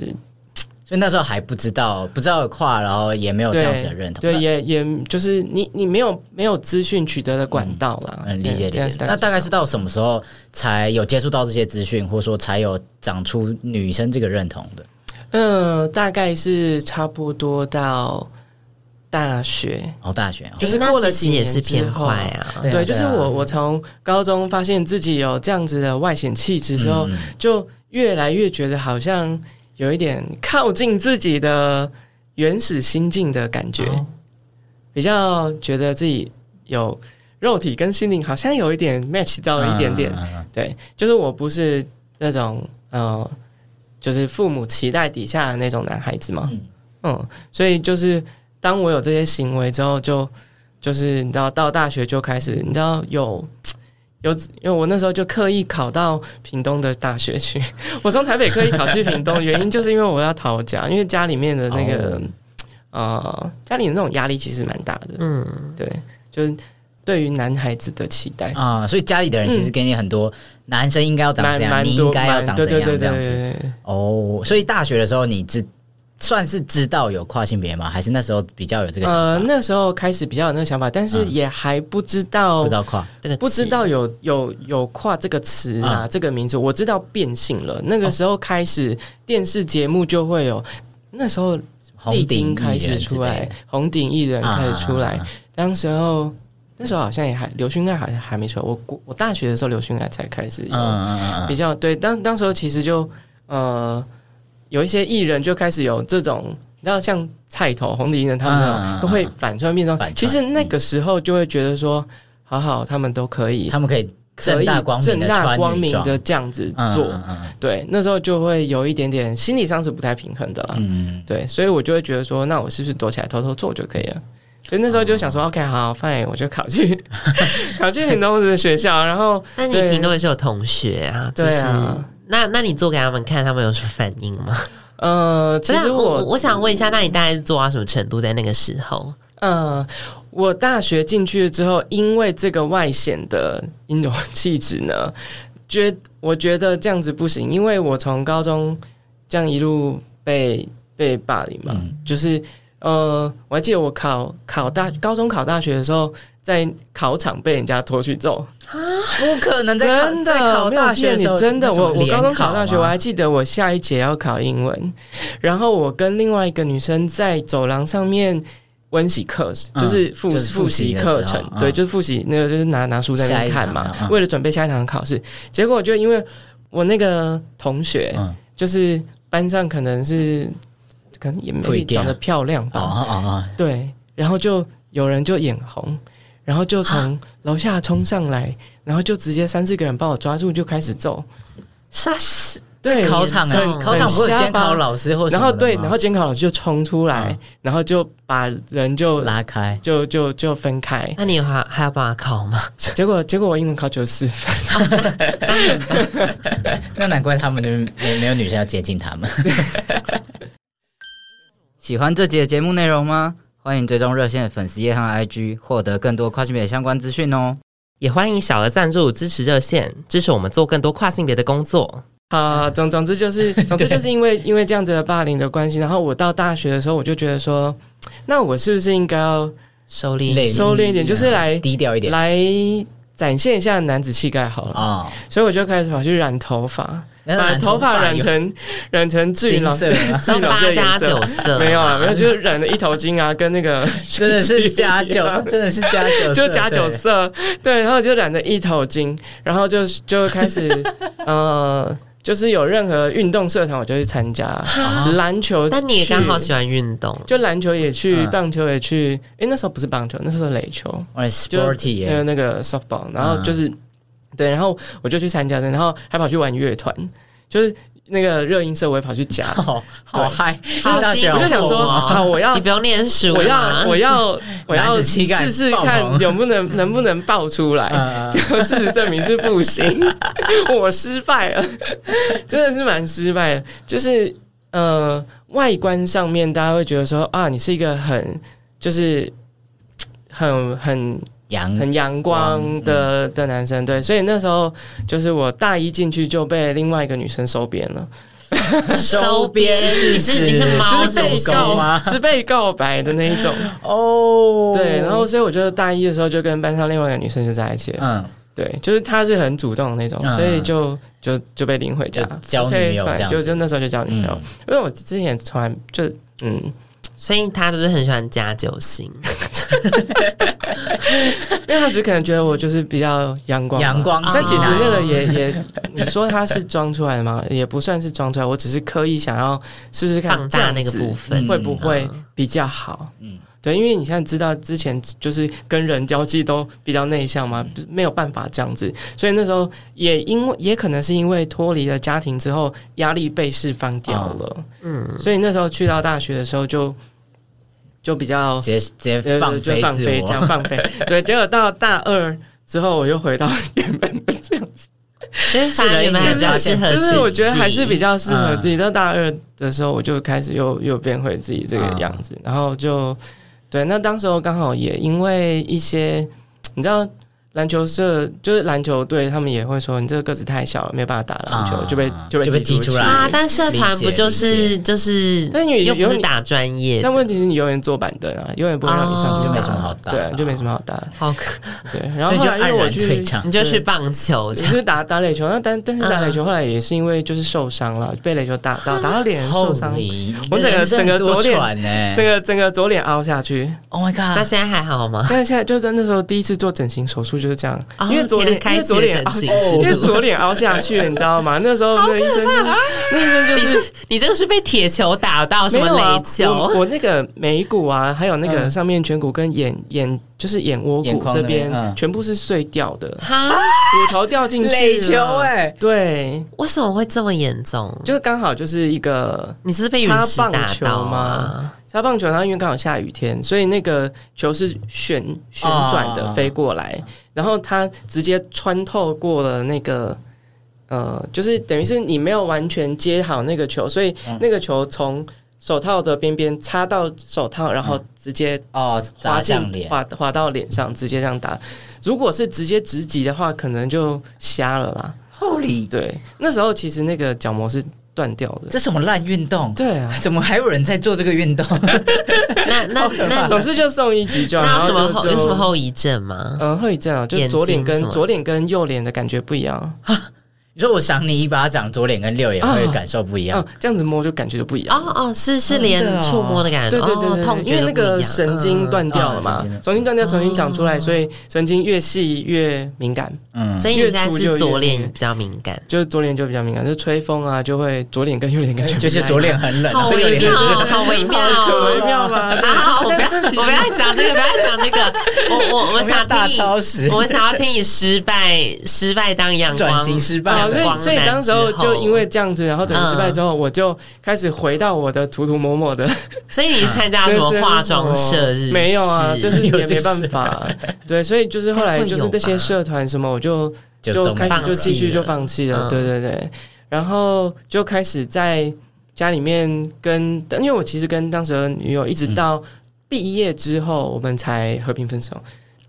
S1: 所以那时候还不知道，不知道有跨，然后也没有这样子的认同。
S3: 对，也也就是你你没有没有资讯取得的管道啦。
S1: 嗯，理解
S3: 对
S1: 理解。那大概是到什么时候才有接触到这些资讯，或者说才有长出女生这个认同的？
S3: 嗯，大概是差不多到大学。
S1: 哦，大学哦，
S3: 就是
S2: 那
S3: 过了
S2: 其
S3: 几
S2: 实也
S3: 年
S2: 是
S3: 之
S2: 偏
S3: 后
S2: 快啊。
S1: 对啊
S3: 对，就是
S1: 对啊
S3: 我，我从高中发现自己有这样子的外显气质之后，
S1: 嗯
S3: 就越来越觉得好像有一点靠近自己的原始心境的感觉，
S2: 哦
S3: 比较觉得自己有肉体跟心灵好像有一点 match 到一点点。
S1: 嗯嗯嗯嗯
S3: 对，就是我不是那种呃，就是父母期待底下的那种男孩子嘛。
S1: 嗯
S3: 嗯所以就是当我有这些行为之后就，就是你知道，到大学就开始，你知道有。有，因为我那时候就刻意考到屏东的大学去。 我从台北刻意考去屏东，原因就是因为我要逃家，因为家里面
S1: 嗯
S3: 的那
S1: 哦
S3: 个、呃，家里的那种压力其实蛮大的。
S2: 嗯，
S3: 对，就是对于男孩子的期待，
S1: 啊、所以家里的人其实给你很多男生应该要长
S3: 蛮
S1: 怎样，
S3: 嗯蛮
S1: 你应
S3: 多
S1: 该要
S3: 蛮
S1: 长
S3: 对
S1: 怎
S3: 对
S1: 样这
S3: 对对
S1: 样子。
S3: 对对
S1: 哦，所以大学的时候你知算是知道有跨性别吗？还是那时候比较有这个想法，
S3: 呃，那时候开始比较有那个想法，但是
S1: 嗯
S3: 也还不知道，
S1: 不知道跨？
S2: 这个
S3: 不知
S2: 气
S3: 道有有有“跨”这个词啊，这个名字。我知道变性了，那个时候开始电视节目就会有，那时候
S1: 红
S3: 历
S1: 顶
S3: 经开
S1: 艺人
S3: 始
S1: 之
S3: 出
S1: 类
S3: 来
S1: 的，
S3: 红顶艺人开始出来
S1: 啊，
S3: 当时候。那时候好像也还刘勋爱好像还没出来，我我我大学的时候刘勋爱才开始有
S1: 嗯嗯嗯嗯
S3: 比较对。当当时候其实就呃，有一些艺人就开始有这种，你知道像菜头、红底艺人他们那
S1: 嗯嗯嗯
S3: 种都会反穿变装
S1: 反。穿
S3: 其实那个时候就会觉得说，好好，他们都可
S1: 嗯，
S3: 以，
S1: 他们可以
S3: 可
S1: 正
S3: 以
S1: 大光明
S3: 正
S1: 的
S3: 大
S1: 穿
S3: 光
S1: 女
S3: 明
S1: 装
S3: 的这样子
S1: 嗯
S3: 做。
S1: 嗯嗯
S3: 对，那时候就会有一点点心理上是不太平衡的啦。
S1: 嗯嗯，
S3: 对，所以我就会觉得说，那我是不是躲起来偷偷做就可以
S1: 哦
S3: 了？所以那时候就
S1: 嗯
S3: 想说、o k 好，fine，我就考去 考去屏东的学校，然后
S2: 那你
S3: 对
S2: 屏东也是有同学啊，就
S3: 对
S2: 是、
S3: 啊
S2: 那那你做给他们看，他们有什么反应吗？
S3: 呃，其
S2: 不是
S3: 实
S2: 啊
S3: 我
S2: 我我想问一下，那你大概是做到什么程度在那个时候？
S3: 嗯，我大学进去之后，因为这个外显的阴柔气质呢，觉我觉得这样子不行，因为我从高中这样一路被被霸凌嘛，
S1: 嗯
S3: 就是呃，我还记得我考考大高中考大学的时候，在考场被人家拖去揍，
S1: 不可能在考
S3: 真
S1: 在
S3: 的
S1: 考
S3: 没有
S1: 大学
S3: 骗
S1: 的
S3: 你
S1: 时候，
S3: 真的，
S1: 那时候
S3: 我我
S1: 联
S3: 高中考大学，我
S1: 吗
S3: 还记得我下一节要考英文，然后我跟另外一个女生在走廊上面温习课，
S1: 嗯
S3: 就是复
S1: 就是复
S3: 复
S1: 习
S3: 习
S1: 的
S3: 课
S1: 时候
S3: 程，
S1: 嗯
S3: 对，就是复习那个就是拿拿书在那边看
S1: 下一
S3: 嘛
S1: 堂，嗯
S3: 为了准备下一堂考试。结果就因为我那个同学
S1: 嗯
S3: 就是班上可能是可能也
S1: 不
S3: 没
S1: 一定啊
S3: 长得漂亮
S1: 哦
S3: 吧，
S1: 哦哦，
S3: 对，然后就有人就眼红，然后就
S1: 啊
S3: 从楼下冲上来，然后就直接三四个人把我抓住，就开始揍。
S1: 杀死
S3: 对
S1: 在考场
S2: 很
S1: 哎，
S2: 重
S1: 考场不会有
S3: 很瞎
S1: 监考
S3: 吧
S1: 老师或什
S3: 然
S1: 么
S3: 后
S1: 的
S3: 对，
S1: 吗
S3: 然后监考老师就冲出来，
S1: 嗯
S3: 然后就把人就
S1: 拉开，
S3: 就就就分开。
S2: 那你有还还要帮他考吗？
S3: 结果结果我英文考九十四分，
S1: 那难怪他们的没没有女生要接近他们。
S4: 喜欢这集的节目内容吗？欢迎追踪热线的粉丝页和 IG，获得更多跨性别相关资讯哦。
S2: 也欢迎小额赞助支持热线，支持我们做更多跨性别的工作。
S3: 啊，总总 之就是，总之就是因为因为这样子的霸凌的关系，然后我到大学的时候，我就觉得说，那我是不是应该要
S2: 收敛
S1: 累
S3: 收敛一点就是来
S1: 低调一点
S3: 来展现一下男子气概好了？
S1: 啊。
S3: 所以我就开始跑去染头发，
S1: 那
S3: 把头发染成染成志云
S1: 金
S3: 老师
S1: 色吗，
S3: 志云老
S2: 八
S3: 师的
S2: 加
S3: 颜
S2: 九
S3: 色。
S2: 色，
S3: 没有啊，没有，就是染了一头巾啊，跟那个
S1: 真的是加 酒，真的是加酒色，
S3: 就假酒
S1: 对
S3: 色，对，然后就染着一头巾，然后就就开 始呃，就是有任何运动社团我就去参加，篮球去，
S2: 但你也刚好喜欢运动，
S3: 就篮球也去，
S1: 嗯
S3: 棒球也去，诶，那时候不是棒球，那时候垒球，
S1: 哇
S3: 就呃
S1: ，sporty
S3: 还有
S1: 耶，，
S3: 那个 softball，然后就是、对，然后我就去参加的，然后还跑去玩乐团，就是那个热音社我也跑去夹
S1: 好哦好嗨，
S2: 好
S1: 大
S2: 辛
S1: 学
S2: 苦
S3: 我就想说，
S2: 哦
S3: 好，我要
S2: 你不用念书啊
S3: 我
S2: 吗
S3: 要我 要我
S1: 男
S3: 要
S1: 子气概
S3: 试试
S1: 爆
S3: 看
S1: 棚
S3: 有不能能不能爆出来。
S1: 呃
S3: 就 事实证明是不行，我失败了，真的是蛮失败的。就是呃，外观上面大家会觉得说啊，你是一个很就是很很
S1: 阳
S3: 很阳光
S1: 嗯
S3: 的的男生，对，所以那时候就是我大一进去就被另外一个女生收编 了，
S2: 收编你是
S1: 指
S2: 你是猫
S1: 是狗狗吗？
S3: 是被告白的那一 种，
S1: 哦
S3: 对，然后所以我就大一的时候就跟班上另外一个女生就在一起了，
S1: 嗯，
S3: 对，就是她是很主动的那种，
S1: 嗯
S3: 所以就就就被领回家
S1: 就交女友
S3: OK，fine，
S1: 这样子
S3: 就就那时候就交
S1: 嗯
S3: 女朋友，因为我之前从来就嗯，
S2: 所以他都是很喜欢加九星，
S3: 因为她只可能觉得我就是比较阳光嘛，
S1: 阳光嗯
S3: 但其
S1: 型
S3: 实
S1: 男
S3: 那个也也，你说他是装出来的吗？也不算是装出来，我只是刻意想要试试看
S2: 放
S3: 这
S2: 大
S3: 样
S2: 那个
S3: 子
S2: 部分
S3: 会不会
S2: 嗯
S3: 比较好？
S1: 嗯
S3: 嗯，对，因为你现在知道之前就是跟人交际都比较内向嘛，不是没有办法这样子，所以那时候也因为也可能是因为脱离了家庭之后，压力被释放掉了，
S1: 啊
S2: 嗯，
S3: 所以那时候去到大学的时候就就比较
S1: 直接直接
S3: 对
S1: 放
S3: 对就
S1: 飞
S3: 放
S1: 自
S3: 飞，这
S1: 我，
S3: 样放飞。 对，结果到大二之后，我又回到原本的这样子，
S2: 就是反正你们还是要适合
S3: 就是我觉得还是比
S2: 较
S3: 较适
S1: 嗯
S3: 合自己。到大二的时候，我就开始又又变回自己这个
S1: 嗯
S3: 样子，然后就对。那当时候刚好也因为一些，你知道。篮球社就是篮球队，他们也会说你这个个子太小了，没有办法打篮球，
S1: 啊
S3: 就被就被
S1: 就被踢出来
S2: 啊，但社团不就
S1: 理
S2: 是就是，
S3: 但有
S2: 又不
S3: 有
S2: 是
S3: 你，
S2: 打专业的
S3: 但，问题是你永远坐板凳啊，永远不会让你上
S1: 哦就
S3: 去打，
S1: 没什么好打的，
S3: 对，就没什么好打。
S2: 好可，
S3: 对，
S1: 所
S3: 然后
S1: 以
S3: 后
S1: 就
S3: 来因为
S1: 黯
S3: 我
S1: 然
S3: 去
S1: 退场
S2: 你。就去棒球这
S3: 只
S2: 样，
S3: 是打打垒球，那但但是打
S2: 嗯
S3: 垒球后来也是因为就是受伤了，被垒球打到打到脸受伤，
S1: Holy，
S3: 我整个
S1: 人生
S3: 整个
S1: 多
S3: 左脸
S1: 喘呢
S3: 这个整个左脸凹下去。
S1: ，Oh my
S2: 那
S1: God，
S2: 现在还好 吗？
S3: 但是现在就是那时候第一次做整形手术就是这样，
S2: 哦
S3: 因为左脸
S2: 天啊
S3: 因为左脸
S2: 开
S3: 凹，
S2: 启了整形
S3: 因为
S2: 之路
S3: 左脸凹下去，你知道吗？那时候那个医生就是那医生就
S2: 你
S3: 是
S2: 哎是你这个是被铁球打到什
S3: 没
S2: 么
S3: 有啊
S2: 垒，球？
S3: 我我那个眉骨啊，还有那个
S1: 嗯
S3: 上面颧骨跟眼眼就是眼窝
S1: 眼
S3: 骨
S1: 眶那
S3: 这
S1: 边
S3: 边
S1: 嗯
S3: 全部是碎掉的，
S2: 哈，
S3: 骨头掉进去了
S1: 垒球哎
S3: 对，
S2: 为什么会这么严重？
S3: 就是刚好就是一个
S2: 你是被陨石打
S3: 擦棒球
S2: 到
S3: 吗
S2: 吗？
S3: 擦棒球，然后因为刚好下雨天，所以那个球是旋旋转的
S1: 啊
S3: 飞过来，然后它直接穿透过了那个。呃，就是等于是你没有完全接好那个球，所以那个球从手套的边边擦到手套，然后直接
S1: 哦，
S3: 滑
S1: 砸
S3: 进
S1: 向脸，
S3: 滑滑到脸上，直接这样打。如果是直接直击的话，可能就瞎了啦。
S1: Holy，
S3: 对，那时候其实那个角膜是断掉的。
S1: 这什么烂运动？
S3: 对啊，
S1: 怎么还有人在做这个运动？
S2: 那那那
S3: 总之就送一急救，
S2: 那
S3: 然
S2: 有什
S3: 后
S2: 么
S3: 就
S2: 后
S3: 就
S2: 有什么后遗症吗？
S3: 嗯，会这样，就
S2: 眼
S3: 左脸
S2: 睛什
S3: 跟
S2: 么
S3: 左脸跟右脸的感觉不一样。
S1: 你说我赏你一巴掌，左脸跟右脸会感受不一样
S3: 嗯，，这样子摸就感觉就不一样。
S2: 哦哦，是是连
S1: 真的哦
S2: 触摸的感觉，
S3: 对对对
S2: 哦
S3: 对
S2: 痛
S3: 对，
S2: 觉
S3: 因为
S2: 都
S3: 那
S2: 不
S3: 个
S2: 一样
S3: 神经
S2: 嗯
S3: 断掉了
S1: 嗯
S3: 嘛
S1: 嗯嗯，
S3: 神经断掉，神经长出
S2: 哦
S3: 来，所以神经越细越敏感，
S1: 嗯，
S2: 所以你现在是左脸
S3: 越
S2: 比较敏感。
S3: 就是左脸就比较敏感，就是吹风啊，就会左脸跟右脸感觉
S1: 就是左 脸很冷，然
S2: 好
S1: 后右
S2: 微
S1: 脸
S2: 妙
S1: 很热，
S2: 好微妙，
S3: 可微妙吧？ 对
S2: 啊！我不要，
S3: 但但其
S2: 我不
S3: 实
S2: 要讲这个，不要讲这个。我我我想听
S1: 大
S2: 你，
S1: 超时，
S2: 我想要听你失败，失败当阳光，
S1: 转型失败
S3: 啊，
S2: 阳
S3: 所
S2: 光
S3: 以所以
S2: 男
S3: 当时候
S2: 之后嗯
S3: 就因为这样子，然后整个失败之后，我就开始回到我的涂涂抹抹的
S2: 所以你参加什 么化妆社日？
S3: 没有啊，就是 也
S1: 有这
S3: 没
S1: 事
S3: 办法，对，所以就是后来就是这些社团什么，我就就
S1: 动
S3: 开始
S1: 漫
S3: 就继续就
S1: 了
S3: 放弃
S2: 嗯
S3: 了，对对对，然后就开始在家里面跟，因为我其实跟当时的女友一直到毕业之后，我们才和平分手。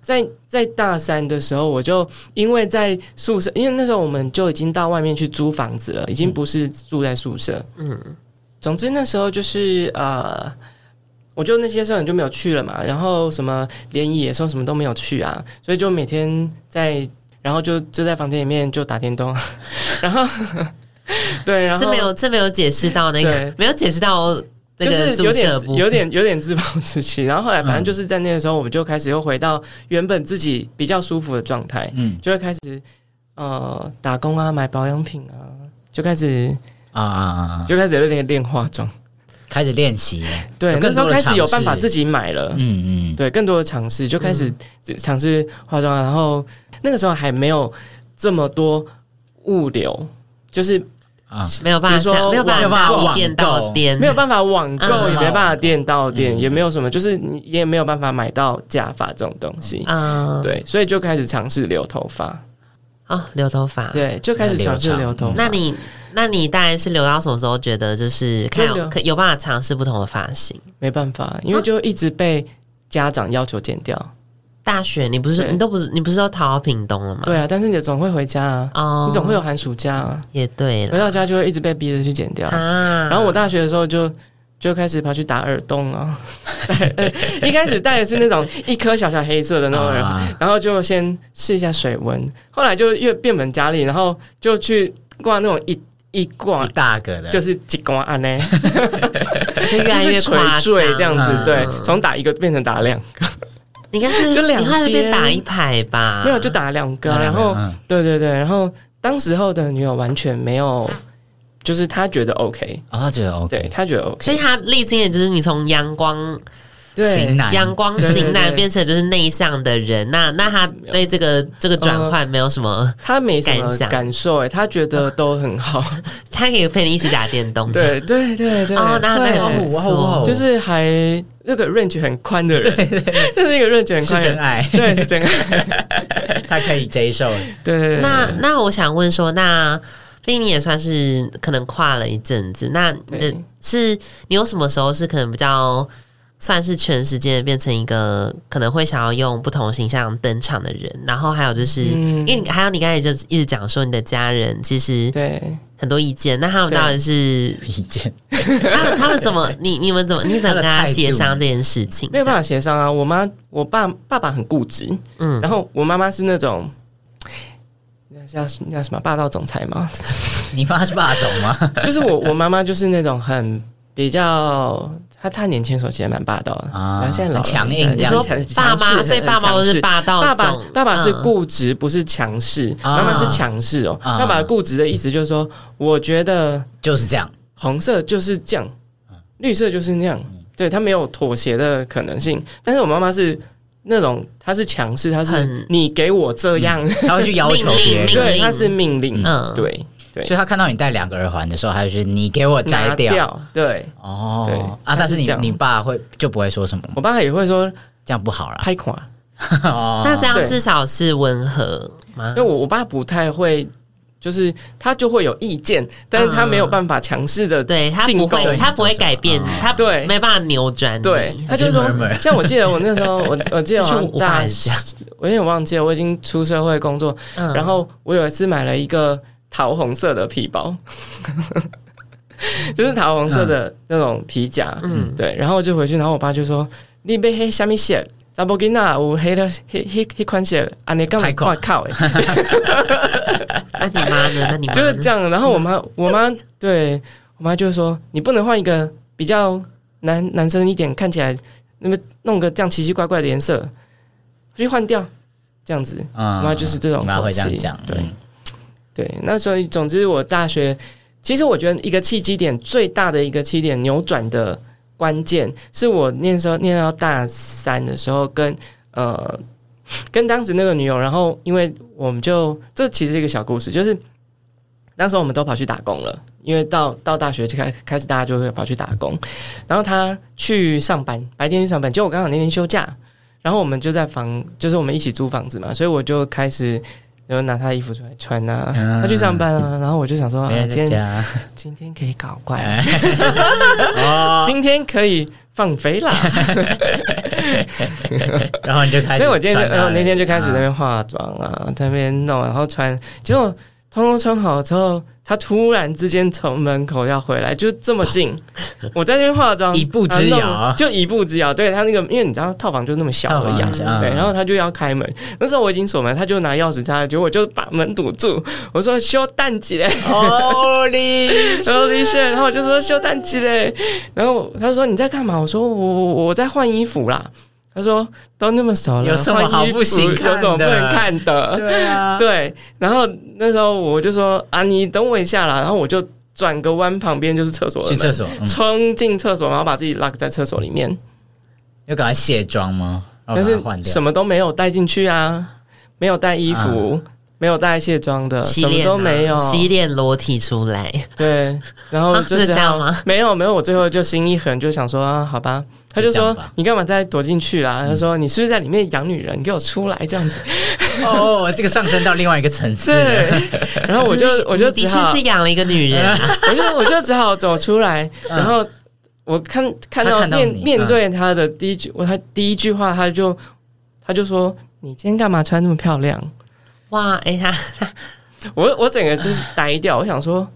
S3: 在在大三的时候，我就因为在宿舍，因为那时候我们就已经到外面去租房子了，已经不是住在宿舍。
S2: 嗯，
S3: 总之那时候就是呃，我就那些社团就没有去了嘛，然后什么联谊、野兽什么都没有去啊，所以就每天在，然后就就在房间里面就打电动， 然后对，然后
S2: 这没有这没有解释到那个
S3: 对，
S2: 没有解释到那
S3: 就
S2: 个
S3: 是
S2: 宿舍
S3: 有点
S2: 部
S3: 有点有点自暴自弃，然后后来反
S1: 嗯
S3: 正就是在那个时候，我们就开始又回到原本自己比较舒服的状态，
S1: 嗯
S3: 就会开始呃打工啊，买保养品啊，就开始
S1: 啊啊啊啊，
S3: 就开始练练化妆，
S1: 开始练习了，
S3: 对
S1: 有，更
S3: 那时候
S1: 多的
S3: 开始有
S1: 尝
S3: 办法
S1: 试
S3: 自己买了，
S1: 嗯嗯，
S3: 对，更多的尝试，就开始
S2: 嗯
S3: 尝试化妆啊，然后那个时候还没有这么多物流，就是
S2: 嗯
S1: 啊，
S2: 没有办
S3: 比如
S2: 法
S3: 说啊
S2: 下，没有办法
S1: 网
S2: 下
S1: 购
S2: 店到店，
S3: 没有办法网购，
S2: 嗯
S3: 也没办法店到店，
S1: 嗯
S3: 也没有什么，就是你也没有办法买到假发这种东西。
S2: 嗯，
S3: 对，所以就开始尝试留头发，
S2: 哦，留头发，
S3: 对，就开始尝试留头发。
S2: 嗯那你那你大概是留到什么时候？觉得就是看
S3: 就留
S2: 有可有办法尝试不同的发型。
S3: 没办法，
S2: 嗯
S3: 因为就一直被家长要求剪掉。
S2: 大学你不是
S3: 对
S2: 你都不是你不是都逃到屏东了吗？
S3: 对啊，但是你总会回家啊，
S2: 哦，
S3: 你总会有寒暑假啊，
S2: 也对
S3: 回
S2: 了
S3: 到家就会一直被逼着去剪掉。
S2: 啊。
S3: 然后我大学的时候就就开始跑去打耳洞 啊，一开始戴的是那种一颗小小黑色的那种耳，
S1: 啊
S3: 然后就先试一下水温，后来就越变本加厉，然后就去挂那种一一挂
S1: 一。大个的，
S3: 就是几光按呢，
S2: 就越
S3: 就
S2: 来越
S3: 是垂
S2: 夸张
S3: 坠这样子
S1: 嗯，
S3: 对，从打一个变成打两，
S2: 你应该是
S3: 就两
S2: 你应该是被
S3: 边
S2: 打一排吧？
S3: 没有就打两个，然后
S1: 嗯
S3: 对对对，然后当时候的女友完全没有，就是她觉得 OK，
S1: 哦，他觉得 OK，
S3: 对她觉得 OK，
S2: 所以他历经的就是你从阳光
S1: 型
S3: 对
S1: 男
S2: 阳光
S3: 对对
S2: 型男
S3: 对
S2: 变成就是内向的人，那那他对这个这个转换没有什么，
S3: 她没什
S2: 感
S3: 么
S2: 想
S3: 感受，哎，她觉得都很好，
S2: 他可以陪你一起打电动，
S3: 对 对对对，
S2: 哦，那那
S3: 对
S2: 个哦不
S1: 哇
S2: 错
S1: 哇哇
S3: 就是还那个 range 很宽的人， 就是一个 range 很
S1: 是
S3: 宽
S1: 真
S3: 的人，
S1: 爱，
S3: 对，是真爱，
S1: 他可以这一首，
S3: 对对对，
S2: 那那我想问说，那毕竟你也算是可能跨了一阵子，那你的
S3: 对
S2: 是你有什么时候是可能比较算是全时间地变成一个可能会想要用不同形象登场的人？然后还有就是，
S3: 嗯
S2: 因为你还有你刚才就一直讲说你的家人其实
S3: 对
S2: 很多意见，那他们
S3: 对
S2: 到底是
S1: 意见，
S2: 他们他们怎 么你你们怎么你怎么
S1: 他的
S2: 跟他
S1: 态度
S2: 协商这件事情？
S3: 没有办法协商啊。我妈我爸爸爸很固执，
S2: 嗯
S3: 然后我妈妈是那种。叫叫什么霸道总裁嘛？
S1: 你妈是霸总吗？
S3: 就是我，我妈妈就是那种很比较，她她年轻的时候其实蛮霸道的，
S1: 啊
S3: 然后现在老了
S1: 强硬这
S3: 很
S2: 你
S1: 样
S2: 说
S1: 讲
S2: 爸
S3: 强强势
S2: 妈，
S3: 很
S2: 所以爸妈
S3: 强
S2: 都是
S3: 势
S2: 霸道
S3: 爸爸
S2: 总
S3: 爸爸是
S2: 哦嗯
S3: 固执，不是强势，
S1: 啊
S3: 妈妈是强势哦。
S1: 啊
S3: 爸爸固执的意思就是说，我觉得
S1: 就是这样，
S3: 红色就是这样，绿色就是那样，
S2: 嗯
S3: 对他没有妥协的可能性。但是我妈妈是那种，她是强势，她
S2: 很嗯
S3: 是你给我这样，
S1: 他会去要求别
S2: 命令
S1: 人，
S3: 对，她是命令，
S2: 嗯
S3: 对，
S1: 所以他看到你戴两个耳环的时候，他就是你给我摘
S3: 拿
S1: 掉。
S3: 掉，对对
S1: 哦啊！
S3: 他
S1: 但
S3: 是
S1: 是你
S3: 这样
S1: 你爸会就不会说
S2: 嗯
S1: 什么吗，
S3: 我爸也会说
S1: 这样不好 啦。
S3: 拍垮，
S1: 哦
S2: 那这样
S3: 对
S2: 至少是温和吗
S3: 因为？我我爸不太会。就是他就会有意见，但是他没有办法强势的
S2: 嗯对他
S3: 进
S2: 不
S3: 攻嗯
S2: 会，他不会改变，他
S3: 对
S2: 没办法扭转你。
S3: 对，他
S1: 还是
S3: 就说
S1: murmur，
S3: 像我记得我那时候，我我记得
S2: 就
S3: 我
S2: 我爸
S3: 大
S2: 也，是这样，
S3: 我有点忘记了，我已经出社会工作，
S2: 嗯
S3: 然后我有一次买了一个桃红色的皮包， 就是桃红色的那种皮夹，
S2: 嗯
S3: 对，然后我就回去，然后我爸就说：“你被黑虾米血。”查某囡仔有黑了黑黑黑款鞋，安尼干嘛
S1: 开口
S3: 挂靠欸？
S2: 那你妈呢？那你妈
S3: 就是
S2: 呢
S3: 这样。然后我妈，我妈对我妈就说，你不能换一个比较男男生一点，看起来那么弄个这样奇奇怪怪的颜色，去换掉这样子。
S1: 嗯，
S3: 妈就是这种
S1: 妈会
S3: 口
S1: 这样
S3: 气
S1: 讲，
S3: 对
S1: 嗯
S3: 对，那所以总之，我大学其实我觉得一个契机点最大的一个起点扭转的关键，是我那时候念到大三的时候跟，呃跟当时那个女友，然后因为我们就这其实是一个小故事，就是那时候我们都跑去打工了，因为到到大学就开开始大家就会跑去打工，然后她去上班，白天去上班，结果我刚好那天休假。然后我们就在房，就是我们一起租房子嘛，所以我就开始就拿她衣服出来穿啊，
S1: 嗯
S3: 她去上班啊，然后我就想说，啊
S1: 没人
S3: 今
S1: 在
S3: 天
S1: 家，
S3: 今天可以搞怪了，
S1: 哎哦，
S3: 今天可以放飞啦。
S1: 然后你 就开始，
S3: 所以我今天就，然后那天就开始在那边化妆啊，在那边弄，然后穿，结果通通穿好之后，他突然之间从门口要回来，就这么 近，我在那边化妆，啊
S1: 一步之遥
S3: 然后弄就一步之遥。对他那个，因为你知道套房就那么小而
S1: 套房
S3: 已、啊，
S1: 很小
S3: 对，然后他就要开门，那时候我已经锁门，他就拿钥匙插，结果我就把门堵住，我说修蛋姐。
S1: 啊
S3: 哦
S1: Holy，
S3: 然后李雪，然后我就说修蛋鸡嘞，然后他说你在干嘛？我说我我我在换衣服啦。他说都那么熟了，
S1: 有什么好
S3: 换衣服
S1: 不行看的
S3: 有什么不能看的？
S1: 对啊，
S3: 对，然后那时候我就说啊，你等我一下啦，然后我就转个弯，旁边就是厕所了
S1: 去
S3: 嘛，
S1: 厕所，嗯
S3: 冲进厕所，然后把自己 lock 在厕所里面，
S1: 要赶快卸妆吗？然后
S3: 但是
S1: 把它换掉
S3: 什么都没有带进去啊，没有带衣服，
S1: 啊
S3: 没有带卸妆的，
S2: 洗
S3: 什么
S2: 脸
S3: 都
S2: 啊
S3: 没有，
S2: 洗脸裸体出来，
S3: 对，然后
S2: 啊
S3: 就是是
S2: 这样吗
S3: 他 没有没有，我最后就心一横，就想说啊，好吧。他就
S1: 就这样
S3: 说
S1: 吧：“
S3: 你干嘛再躲进去啦？”他说：“你是不是在里面养女人？你给我出来！”这样子，
S1: 哦，这个上升到另外一个层次
S3: 对
S1: 了。。
S3: 然后哦我就是我就
S2: 你
S3: 只
S2: 的确
S3: 好
S2: 是，养了一个女人
S1: 嗯
S2: 啊，
S3: 我就我就只好走出来。然后我看
S1: 他
S3: 看到
S1: 看到
S3: 面
S1: 你
S3: 面
S1: 嗯
S3: 对他的第一句，我他第一句话他就他就说：“你今天干嘛穿那么漂亮？”
S2: 哇！哎、 她
S3: 我我整个就是呆掉，我想说，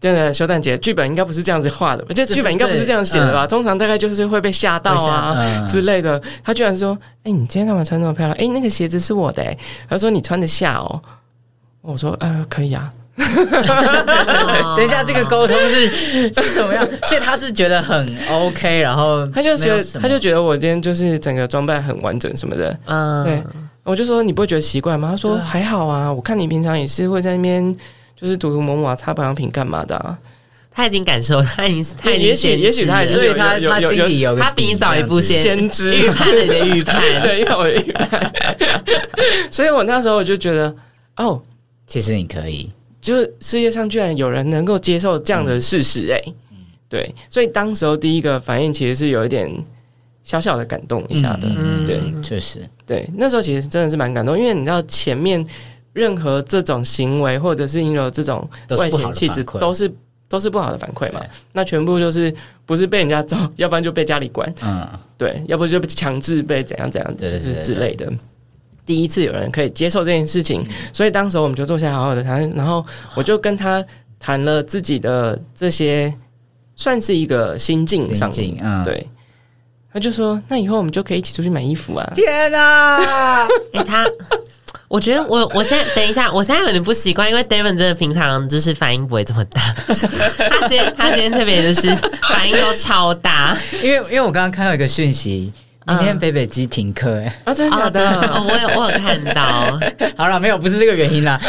S3: 真的修蛋姐剧本应该不是这样子画的吧，这
S1: 就是
S3: 剧本应该不是这样写的吧？通常大概就是会被吓到啊。
S1: 嗯
S3: 之类的，他居然说：“哎、你今天干嘛穿那么漂亮？哎、那个鞋子是我的、哎，他说：“你穿得下哦。”我说：“呃，可以啊。
S2: 她
S1: 等一下，这个沟通是 是怎么样？所以他是觉得很 OK，然后”
S3: 他就觉
S1: 没有
S3: 得，
S1: 什么
S3: 他就觉得我今天就是整个装扮很完整什么的。对
S2: 嗯，
S3: 我就说：“你不会觉得奇怪吗？”他说：“
S2: 对啊
S3: 还好啊，我看你平常也是会在那边就是涂涂抹抹、啊、擦保养品干嘛的、啊。”
S2: 她已经感受， 她已经，她已经
S3: 也许
S2: 先知
S3: 也许她也是
S1: 哎所以他
S3: 有有
S1: 他
S3: 有
S1: 心里有个
S2: 他比你早一步
S1: 这样子
S2: 先
S3: 先知
S2: 预判了你的预判，
S3: 对，因为我的预判， 所以我那时候我就觉得，哦，
S1: 其实你可以，
S3: 就是世界上居然有人能够接受这样的事实、哎、
S1: 嗯
S3: 对，所以当时候第一个反应其实是有一点小小的感动一下的，
S1: 嗯
S3: 对
S1: 嗯确实，
S3: 对，那时候其实真的是蛮感动，因为你知道前面任何这种行为或者是因有这种
S1: 都是
S3: 外
S1: 不好
S3: 显
S1: 的
S3: 气质
S1: 反馈
S3: 都是都是不好的反馈嘛
S1: 对，
S3: 那全部就是不是被人家揍， 要不然就被家里管，
S1: 嗯，
S3: 对，要不就被强制被怎样怎样，
S1: 对
S3: 就
S1: 对
S3: 是
S1: 对
S3: 之类的。第一次有人可以接受这件事情，
S1: 嗯
S3: 所以当时我们就坐下好好的谈，然后我就跟他谈了自己的这些，算是一个心境上
S1: 心，境，嗯，，
S3: 对。他就说：“那以后我们就可以一起出去买衣服啊。
S1: 天哪，
S2: 哎、他，我觉得我我现在等一下，我现在有点不习惯，因为 David 真的平常就是反应不会这么大，他今天他今天特别就是反应都超大，
S4: 因为因为我刚刚看到一个讯息，
S1: 嗯
S4: 明天北北基停课、
S1: 哎
S4: 欸，”
S3: 啊，真的假
S2: 哦，真
S3: 的？
S2: 的，哦、我有我有看到，
S4: 好了，没有，不是这个原因啦。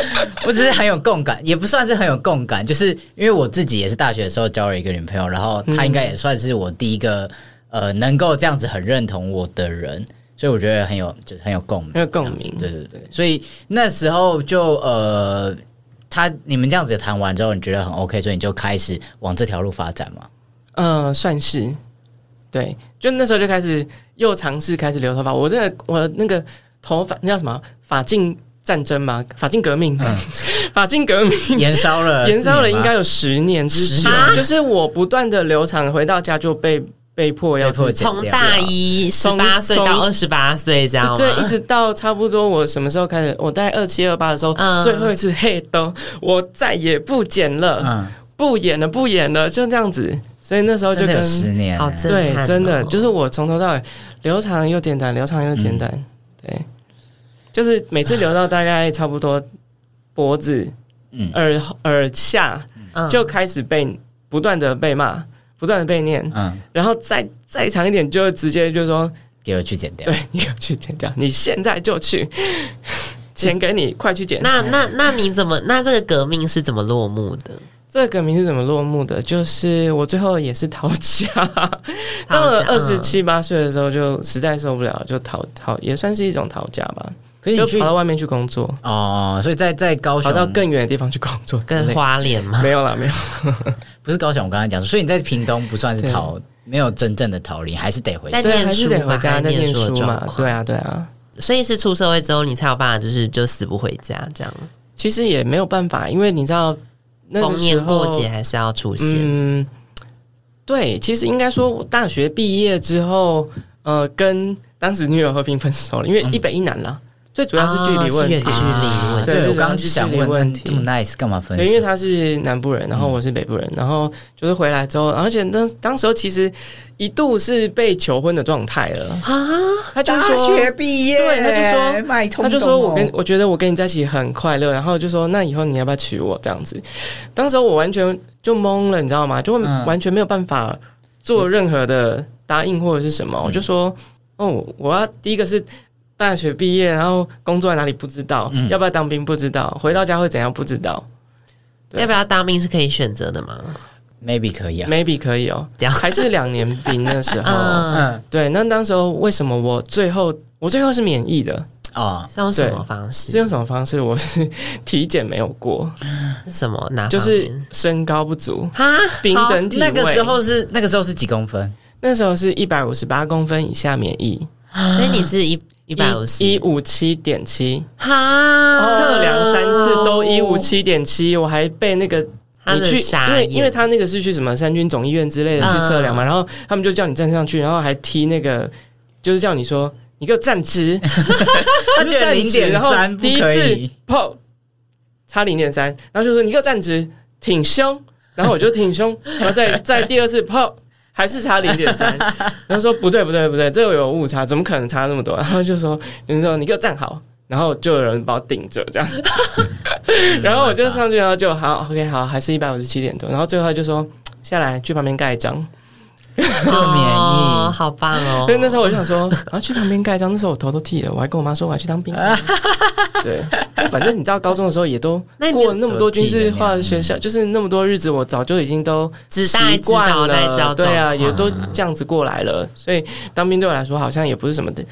S1: 我只是很有共感，也不算是很有共感，就是因为我自己也是大学的时候交了一个女朋友，然后她应该
S3: 嗯
S1: 也算是我第一个、呃能够这样子很认同我的人，所以我觉得很有就是很有共鸣，
S3: 很有共鸣
S1: 这样子对对对，所以那时候就呃，他你们这样子谈完之后，你觉得很 OK，所以你就开始往这条路发展 嘛？
S3: 嗯、算是。对，就那时候就开始又尝试开始留头发。我真的，我那个头发那叫什么？发禁战争嘛，发禁革命，
S1: 嗯
S3: 发禁革命。
S1: 燃烧了，
S3: 延烧了应该有十年之
S1: 呃十
S3: 久
S2: 年，
S3: 就是我不断的留长，回到家就被被迫要
S1: 被迫
S3: 去
S1: 剪掉
S2: 从大一十八岁到二十八岁这样吗？
S3: 这一直到差不多我什么时候开始？我在二七二八的时候，
S2: 嗯
S3: 最后一次黑灯，我再也不剪了，
S1: 嗯，
S3: 不演了，不演了，就这样子。所以那时候
S1: 真
S3: 就
S1: 的
S3: 跟
S1: 有十年、
S2: 好
S1: 欸
S2: 震撼
S3: 对
S2: 哦
S3: 真的就是我从头到尾流长又简单，流长又简单，
S1: 嗯
S3: 对，就是每次流到大概差不多脖子、
S1: 嗯
S3: 耳耳下，
S2: 嗯
S3: 就开始被不断的被骂，不断的被念，
S1: 嗯，
S3: 然后再再长一点，就直接就说，
S1: 给我去剪掉。
S3: 对你要去剪掉，你现在 就去，钱给你，快去剪。
S2: 那那那你怎么？那这个革命是怎么落幕的？
S3: 这个名是怎么落幕的？就是我最后也是逃家， 到了
S2: 逃
S3: 二
S2: 家
S3: 十七八岁的时候，就实在受不了，就逃逃，也算是一种逃家吧，
S1: 可是
S3: 就
S1: 你去
S3: 跑到外面去工作，
S1: 哦，所以在在高
S3: 跑
S1: 雄
S3: 到更远的地方去工作之
S2: 嗯跟
S3: 类的。
S2: 花莲吗？
S3: 没有啦，没有，
S1: 不是高雄，我刚才讲，所以你在屏东不算是
S3: 对啊
S1: 逃，没有真正的逃离，还是得回
S2: 在
S3: 对，
S2: 念
S3: 还是
S2: 书
S3: 得回
S2: 嘛
S3: 家
S2: 还
S3: 再
S2: 念
S3: 念
S2: 书的
S3: 书嘛
S2: 状，况
S3: 对啊，对啊。
S2: 所以是出社会之后，你才有办法，就是就死不回家这样。
S3: 其实也没有办法，因为你知道那个
S2: 逢
S3: 时
S2: 年
S3: 候
S2: 过节还是要出现。
S3: 嗯，对，其实应该说，我大学毕业之后，呃，跟当时女友和平分手了，因为一北一南啦，最主要是距离问题。
S2: 啊是距离问
S3: 对
S1: 对
S3: 对
S1: 我刚刚
S3: 对
S1: 就想
S3: 距离
S1: 问，
S3: 问
S1: 那这么
S3: 题
S1: nice 干嘛分
S3: 对，因为
S1: 手？
S3: 他是南部人，然后我是北部人，然后就是回来之后，而且当当时候其实一度是被求婚的状态了，
S2: 啊，
S3: 他就说
S1: 毕业
S3: 对他就说
S1: 卖
S3: 他就说我跟
S1: 哦
S3: 我觉得我跟你在一起很快乐，然后就说那以后你要不要娶我这样子？当时我完全就懵了，你知道吗？就
S1: 嗯
S3: 完全没有办法做任何的答应或者是什么，我
S1: 嗯
S3: 就说哦，我要第一个是。大学毕业，然后工作在哪里不知道，
S1: 嗯
S3: 要不要当兵不知道，回到家会怎样不知道对
S2: 要不要当兵是可以选择的吗？
S1: maybe 可以啊，
S3: ，maybe 可以哦，
S2: 了解
S3: 还是两年兵那时候，
S2: 嗯，
S1: 嗯
S3: 对，那当时候为什么我最后我最后是免疫的，
S1: 哦，
S2: 是用什么
S3: 对
S2: 方
S3: 是
S2: 式？
S3: 用什么方式？我是 体检没有过，
S2: 是什么？啊哪方面？
S3: 就是身高不足，
S2: 啊，
S3: 丙
S2: 好
S3: 等体位。
S1: 那个时候是那个时候是几公分？
S3: 那时候是一百五十八公分以下免疫，
S2: 所以你是一一百五十啊
S3: 一五七点七，
S2: 哈，
S3: 测量三次都一五七点七，我还被那个。
S2: 他
S3: 你
S2: 的
S3: 去，
S2: 傻
S3: 因为
S2: 眼嗯
S3: 因为他那个是去什么三军总医院之类的去测量嘛，然后他们就叫你站上去，然后还踢那个，就是叫你说你给我站直，
S1: 他
S3: 他就站直，然后第一次砰，差零点三，然后就说你给我站直，挺胸，然后我就挺胸，然后再再第二次砰，还是差零点三，然后说不对不对不对，这个有误差，怎么可能差那么多？然后就说你说你给我站好，然后就有人把我顶着这样，然后我就上去，然后就好 OK 好，还是一百五十七点多，然后最后他就说下来去旁边盖章，
S1: 就免
S2: 哦
S1: 疫。
S2: 好棒哦！
S3: 所以那时候我就想说， 然后去旁边盖章，那时候我头都剃了，我还跟我妈说我要去当兵。
S2: 啊
S3: 对，因为反正你知道，高中的时候也都
S2: 那你
S3: 过了那么多军事化的学校，就是那么多日子，我早就已经都
S2: 只大概
S3: 习
S2: 知
S3: 惯
S2: 道，大概知道
S3: 了，对啊，
S2: 状况
S3: 也都这样子过来了。所以当兵对我来说好像也不是什么的，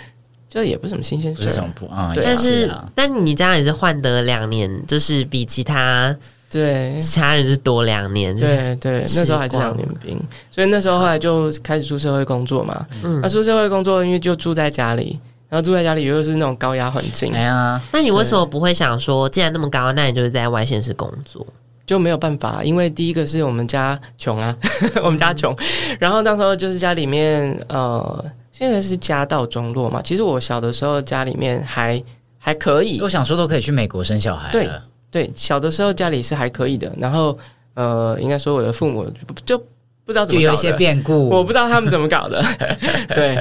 S3: 就也不是什么新鲜
S1: 不
S3: 事
S1: 是
S3: 儿。
S1: 什么不啊，
S3: 对啊
S2: 但是
S1: 啊，
S2: 但你这样也是换得两年，就是比其他
S3: 对
S2: 其他人是多两年，就是
S3: 对对，那时候还是两年兵，所以那时候后来就开始出社会工作嘛。
S2: 嗯
S3: 那、，出社会工作，因为就住在家里，然后住在家里又是那种高压环境
S1: 哎，呀，
S2: 那你为什么不会想说，既然那么高，那你就是在外县市工作？
S3: 就没有办法，因为第一个是我们家穷啊， 我们家穷，然后那时候就是家里面呃，现在是家道中落嘛。其实我小的时候家里面还还可以
S1: 我，想说都可以去美国生小孩
S3: 对
S1: 了，
S3: 对，小的时候家里是还可以的。然后呃，应该说我的父母就就不知道怎
S1: 就
S3: 么搞
S1: 有
S3: 的
S1: 一些变故。嗯
S3: 我不知道他们怎么 搞的，对，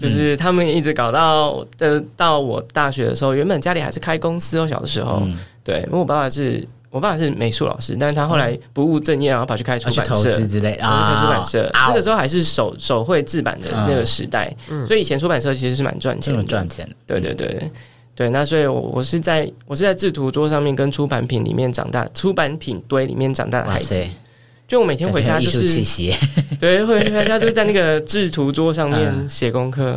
S3: 就是他们一直搞到呃到我大学的时候，原本家里还是开公司哦，小的时候，
S1: 嗯，
S3: 对，因为我爸爸是我爸爸是美术老师，但是他后来不务正业，然后跑去开
S1: 嗯
S3: 出
S1: 要去
S3: 版
S1: 投
S3: 社。
S1: 资之类的
S3: 啊，
S1: 啊，
S3: 出版社、
S1: 啊嗯
S3: 那个时候还是手手绘制版的那个时代，所以以前出版社其实是蛮赚
S1: 这
S3: 钱的。
S1: 么赚嗯钱，
S3: 对对对对，那所以我我是在我是在制图桌上面跟出版品里面长大，出版品堆里面长大的
S1: 哇
S3: 孩子。
S1: 塞，
S3: 就我每天回
S1: 感觉
S3: 家
S1: 有艺
S3: 就
S1: 术气
S3: 是
S1: 息，
S3: 对，回回家就在那个制图桌上
S1: 嗯
S3: 面写功课。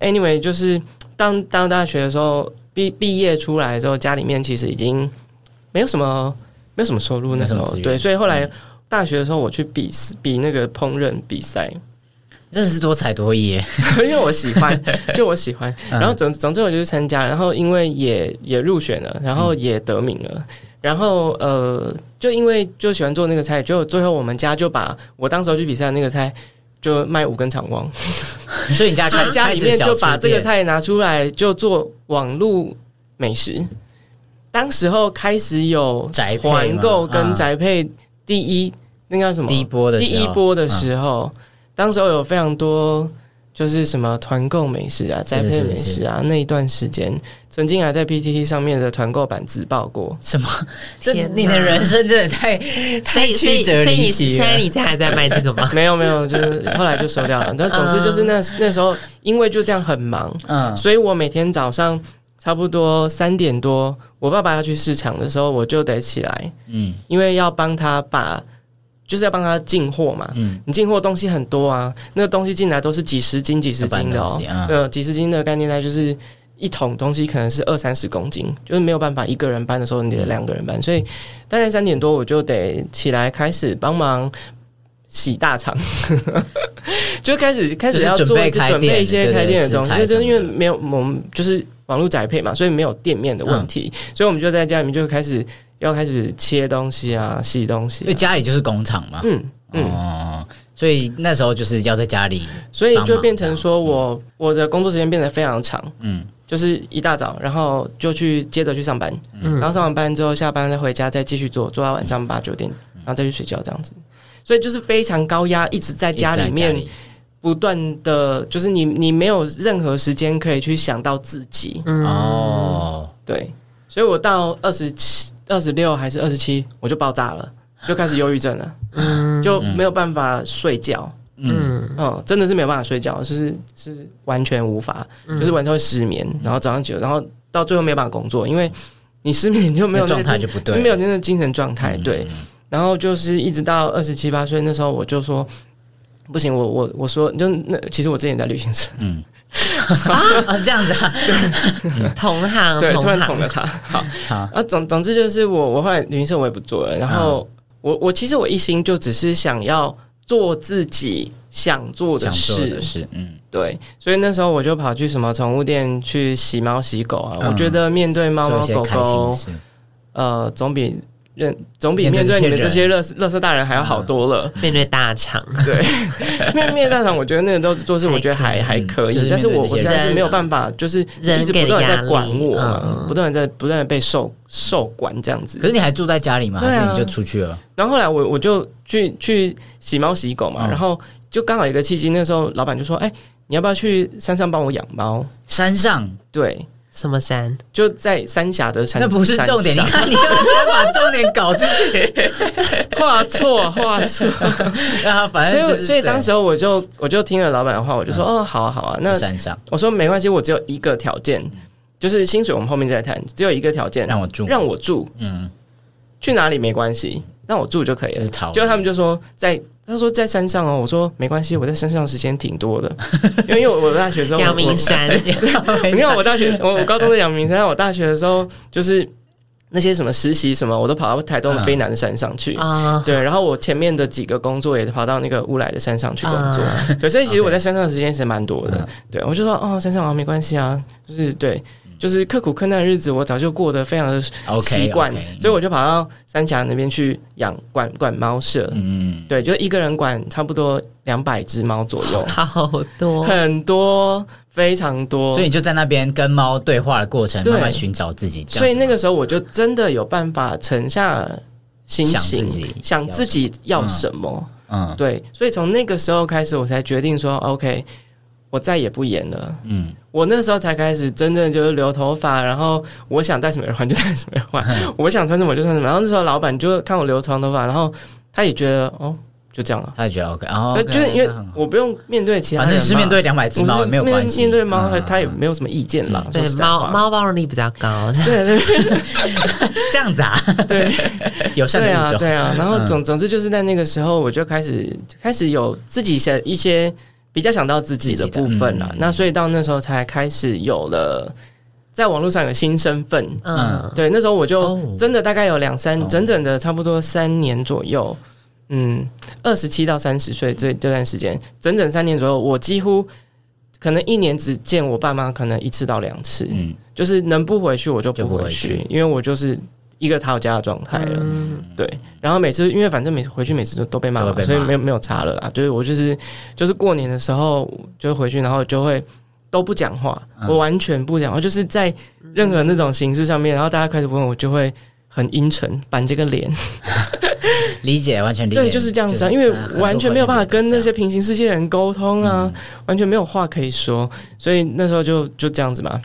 S3: anyway，就是当当大学的时候，毕毕业出来之后，家里面其实已经没有什么没有什么收入，那时
S1: 没什么
S3: 候
S1: 资源
S3: 对，所以后来大学的时候，我去比比那个烹饪比赛，
S1: 真是多才多艺耶。
S3: 因为我喜 欢，就我喜欢。
S1: 嗯
S3: 然后总总之我就去参加，然后因为也也入选了，然后也得名了。然后呃，就因为就喜欢做那个菜，就最后我们家就把我当时候去比赛的那个菜就卖五根肠 旺，
S1: 所以你家
S3: 在
S1: 开
S3: 啊家里面就把
S1: 开始小吃
S3: 这个
S1: 店
S3: 菜拿出来就做网络美食。当时候开始有
S1: 宅配吗
S3: 团购
S1: 啊
S3: 跟宅配第一，那叫什么？
S1: 第一波的
S3: 第
S1: 时候嗯
S3: 一波的时候，当时候有非常多就是什么团购美食啊、宅配美食啊，那一段时间，曾经还在 PTT 上面的团购版自爆 过。
S1: 什么？这
S2: 天哪
S1: 你的人生真的太
S2: 所
S1: 太
S2: 以所
S1: 曲
S2: 以所
S1: 折
S2: 以
S1: 离
S2: 你
S1: 奇
S2: 所
S1: 了
S2: 以。你家还在卖这个
S1: 啊
S2: 吗？
S3: 没有没有，就是后来就收掉了。但总之就是那那时候，因为就这样很忙，
S1: 嗯，
S3: 所以我每天早上差不多三点多，我爸爸要去市场的时候，我就得起来，
S1: 嗯
S3: 因为要帮他把，就是要帮他进货嘛。
S1: 嗯，
S3: 你进货东西很多啊，那个东西进来都是几十斤、几十斤的
S1: 要搬
S3: 哦
S1: 东西啊。
S3: 呃、几十斤的概念呢，就是一桶东西可能是二三十公斤，就是没有办法一个人搬的时候，你得两个人搬。所以大概三点多我就得起来开始帮忙洗大肠， 就开始开始要做
S1: 就是准备
S3: 就
S1: 开
S3: 准备一
S1: 店
S3: 些
S1: 对
S3: 开店的东西，
S1: 食材什
S3: 就是
S1: 么
S3: 因为
S1: 的
S3: 没有我们就是网络宅配嘛，所以没有店面的问题，
S1: 嗯
S3: 所以我们就在家里面就开始要开始切东西啊，洗东西
S1: 所以
S3: 啊、
S1: 家里就是工厂嘛。
S3: 嗯嗯。
S1: 哦，所以那时候就是要在家里，
S3: 所以就变成说我我的工作时间变得非常长，
S1: 嗯，
S3: 就是一大早，然后就去接着去上班，
S2: 嗯
S3: 然后上完班之后下班再回家，再继续做，做到晚上八九点，
S1: 嗯
S3: 然后再去睡觉这样子。所以就是非常高压，一直在家里面
S1: 一直在家里
S3: 不断的，就是你你没有任何时间可以去想到自己，
S1: 嗯哦，
S3: 对。所以我到二十七、二十六还是二十七，我就爆炸了，就开始忧郁症了，就没有办法睡觉。
S1: 嗯，
S3: 嗯，真的是没有办法睡觉，就是是完全无法，
S1: 嗯
S3: 就是晚上会失眠，然后早上九，然后到最后没有办法工作，因为你失眠就没有
S1: 那状
S3: 那个
S1: 态就不对了，嗯
S3: 没有那个精神状态，对。然后就是一直到二十七八岁那时候，我就说不行，我我我说就那其实我之前也在旅行社，
S1: 嗯，啊，这样子啊，
S2: 同行
S3: 对，
S2: 同
S3: 突然捅了
S2: 行，
S3: 他，好，
S1: 嗯好，
S3: 啊，总总之就是我我后来旅行社我也不做了，然后
S1: 嗯
S3: 我我其实我一心就只是想要做自己想做的
S1: 想做
S3: 事
S1: 的，事，嗯，
S3: 对，所以那时候我就跑去什么宠物店去洗猫洗狗啊。
S1: 嗯
S3: 我觉得面对猫
S1: 做一
S3: 猫
S1: 些
S3: 狗
S1: 开心的
S3: 狗，
S1: 事，
S3: 呃，总比认总比
S1: 面
S3: 面
S1: 对
S3: 对你们
S1: 这
S3: 这
S1: 些
S3: 些乐乐色大人还要好多了。
S2: 面对大厂，
S3: 面面对大人，我觉得那个都做事，我觉得 还
S1: 还可
S3: 还
S1: 以嗯
S3: 可
S1: 就是
S3: 以，但是
S1: 面对
S3: 我
S1: 这些
S3: 我实在
S2: 人
S3: 是没有办法，就是
S2: 人
S3: 一直
S2: 给
S3: 不
S2: 的
S3: 断地
S2: 压
S3: 在
S2: 力
S3: 管我
S2: 嗯
S3: 嘛，不断的在不断的被受受管这样子
S1: 可。是你还住在家里吗？
S3: 对
S1: 还
S3: 啊
S1: 是你就出去了？
S3: 然后后来我我就去去洗猫洗狗嘛，
S1: 嗯
S3: 然后就刚好有一个契机，那时候老板就说：“哎，你要不要去山上帮我养猫
S1: 山上？”
S3: 对，
S2: 什 么山？
S3: 就在三峡的山，
S1: 那不是重点，你
S3: 山上
S1: 看啊你有先把重点搞出 去，
S3: 画错画错。
S1: 啊，反
S3: 所
S1: 正就
S3: 以
S1: 是
S3: 所以
S1: 对嗯
S3: 当时候我就我就听了老板的话，我就说、哦，好啊好啊，那
S1: 山上
S3: 我说没关系，我只有一个条件，就是薪水我们后面再谈，只有一个条件，
S1: 嗯让我住，
S3: 让我住，
S1: 嗯，
S3: 去哪里没关系，让我住就可以
S1: 就
S3: 了
S1: 是。逃，
S3: 结果他们就说在。他说在山上哦，我说没关系，我在山上时间挺多的， 因为因为我大学 的时候，
S2: 阳
S3: 我
S2: 明 山，
S3: 你看我大学，我我高中在阳明山，我大学的时候就是那些什么实习什么，我都跑到台东
S1: 嗯
S3: 的卑南山上去。
S2: 啊，
S3: 对，然后我前面的几个工作也跑到那个乌来的山上去工作，
S2: 啊
S3: 对，所以其实我在山上的时间是蛮多的。
S1: 嗯
S3: 对，我就说哦，山上啊没关系啊，就是对，就是刻苦困难的日子我早就过得非常的
S1: OK
S3: 习惯
S1: OK，
S3: 所以我就跑到三峡那边去养管管猫舍，
S1: 嗯，
S3: 对，就一个人管差不多两百只猫左右，
S2: 啊好 多，
S3: 很多，非常多
S1: 所以。你就在那边跟猫对话的过程，
S3: 对
S1: 慢慢寻找自己，这样子
S3: 所以那
S1: 吗
S3: 个时候我就真的有办法沉下心
S1: 想
S3: 情
S1: 自己，
S3: 想自己要
S1: 嗯
S3: 什么。
S1: 嗯
S3: 对，所以从那个时候开始，我才决定说，OK，我再也不演了。
S1: 嗯，
S3: 我那时候才开始真正就是留头发，然后我想戴什么耳环就戴什么耳
S1: 嗯
S3: 环， 我想穿什么就穿什么。然后那时候老板就看我留长头发，然后他也觉得哦，就这样了。
S1: 他也觉得 OK，哦
S3: 那，呃就是因为
S1: 那很好
S3: 我不用面对其他
S1: 反
S3: 人嘛，
S1: 正是面对两百只猫
S3: 我
S1: 也
S3: 是
S1: 没有
S3: 面
S1: 关系，
S3: 面对猫
S1: 嗯
S3: 他也没有什么意见啦。
S2: 对
S3: 说实在
S2: 猫
S3: 话，
S2: 猫包容力比较高，
S3: 对对
S1: 这样子啊，
S3: 对，
S1: 友善的
S3: 对啊，
S1: 物种，
S3: 对啊。然后
S1: 嗯
S3: 总总之就是在那个时候，我就开始开始有自己想一些比较想到自己的部分啦。
S1: 自己的嗯
S3: 那所以到那时候才开始有了在网络上有新身份。
S2: 嗯，
S3: 对，那时候我
S1: 哦
S3: 就真的大概有两三、
S1: 哦
S3: 整整的差不多三年左右，嗯，二十七到三十岁这这段时间，整整三年左右，我几乎可能一年只见我爸妈可能一次到两次，
S1: 嗯，
S3: 就是能不回去我就
S1: 就不
S3: 不
S1: 回
S3: 回去，
S1: 去
S3: 因为我就是一个逃家的状态了。对，然后每次因为反正每次回去每次都都被骂
S1: 都
S3: 嘛，
S1: 会被骂
S3: 所以没有没有差了啦。就是我就是就是过年的时候就回去，然后就会都不讲话，
S1: 嗯
S3: 我完全不讲话，就是在任何那种形式上面，然后大家开始问我就会很阴沉，板着个脸，
S1: 理解，完全理解，
S3: 对，就是这样子啊，因为完全没有办法跟那些平行世界人沟通
S1: 嗯
S3: 啊，完全没有话可以说，所以那时候就就这样子嘛。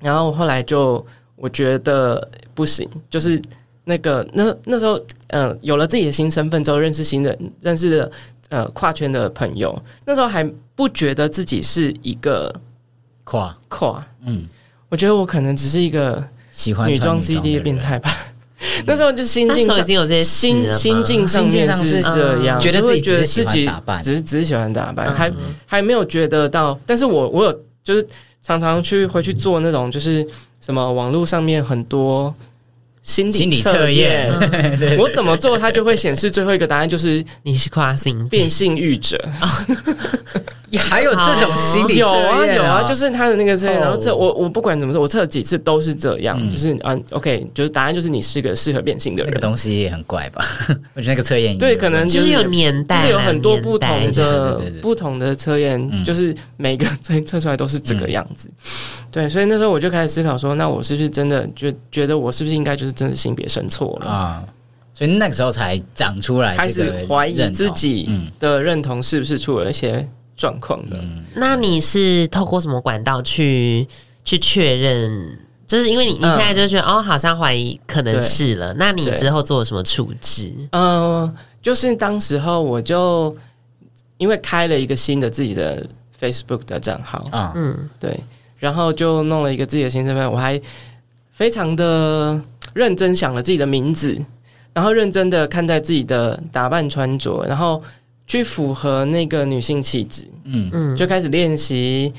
S3: 然后后来就我觉得不行，就是那个那那时候，呃，有了自己的新身份之后，认识新的认识的呃跨圈的朋友，那时候还不觉得自己是一个
S1: 跨，
S3: 跨，
S1: 嗯，
S3: 我觉得我可能只是一个
S1: 喜欢
S3: 女装
S1: 装
S3: CD 的嗯变 态吧。那时候就心
S2: 那
S3: 境
S2: 时候已
S3: 上
S2: 经有这些
S3: 心
S2: 事了吗
S3: 心境上面是嗯这样，
S1: 啊觉得自己
S3: 就会觉
S1: 只是
S3: 得
S1: 喜
S3: 自
S1: 欢
S3: 己
S1: 打扮嗯
S3: 只是只是喜欢打扮，还还没有觉得到。但是我我有就是常常去回去做那种就是什么网络上面很多心理
S1: 心理
S3: 测
S1: 测验，嗯
S3: 我怎么做它就会显示最后一个答案就是
S2: 你是跨性别
S3: 变性欲者。
S1: 还有这种心理
S3: 有啊
S1: 测验
S3: 有啊，
S1: 啊，
S3: 就是他的那个测验，
S1: 哦
S3: 然后这我我不管怎么说，我测了几次都是这样，
S1: 嗯
S3: 就是啊，OK，就是答案就是你是个适合变性的
S1: 那个
S3: 人，
S1: 东西也很怪吧？ 我觉得那个测验也
S3: 对，
S1: 有
S3: 可能
S1: 问题
S2: 就是有年代啊
S3: 就
S2: 啦，
S3: 是有很多
S2: 年代
S3: 不同
S2: 这样
S3: 的
S1: 对对对
S3: 不同的测验，
S1: 嗯
S3: 就是每个测测出来都是这个样子。对，所以那时候我就开始思考说，那我是不是真的觉觉得我是不是应该就是真的性别生错了？
S1: 啊，所以那个时候才长出来
S3: 开
S1: 这个
S3: 始怀疑
S1: 认同
S3: 自己
S1: 嗯
S3: 的认同是不是出了一些状况的？
S2: 那你是透过什么管道去去确认？就是因为你你
S3: 嗯
S2: 现在就觉得、哦，好像怀疑可能
S3: 对
S2: 是了。那你
S3: 对
S2: 之后做了什么处置？
S3: 嗯，就是当时候我就因为开了一个新的自己的 Facebook 的账号，
S1: 啊，
S2: 嗯，
S3: 对，然后就弄了一个自己的新身份，我还非常的认真想了自己的名字，然后认真的看待自己的打扮穿着，然后去符合那个女性气质，
S1: 嗯
S3: 就开始练习。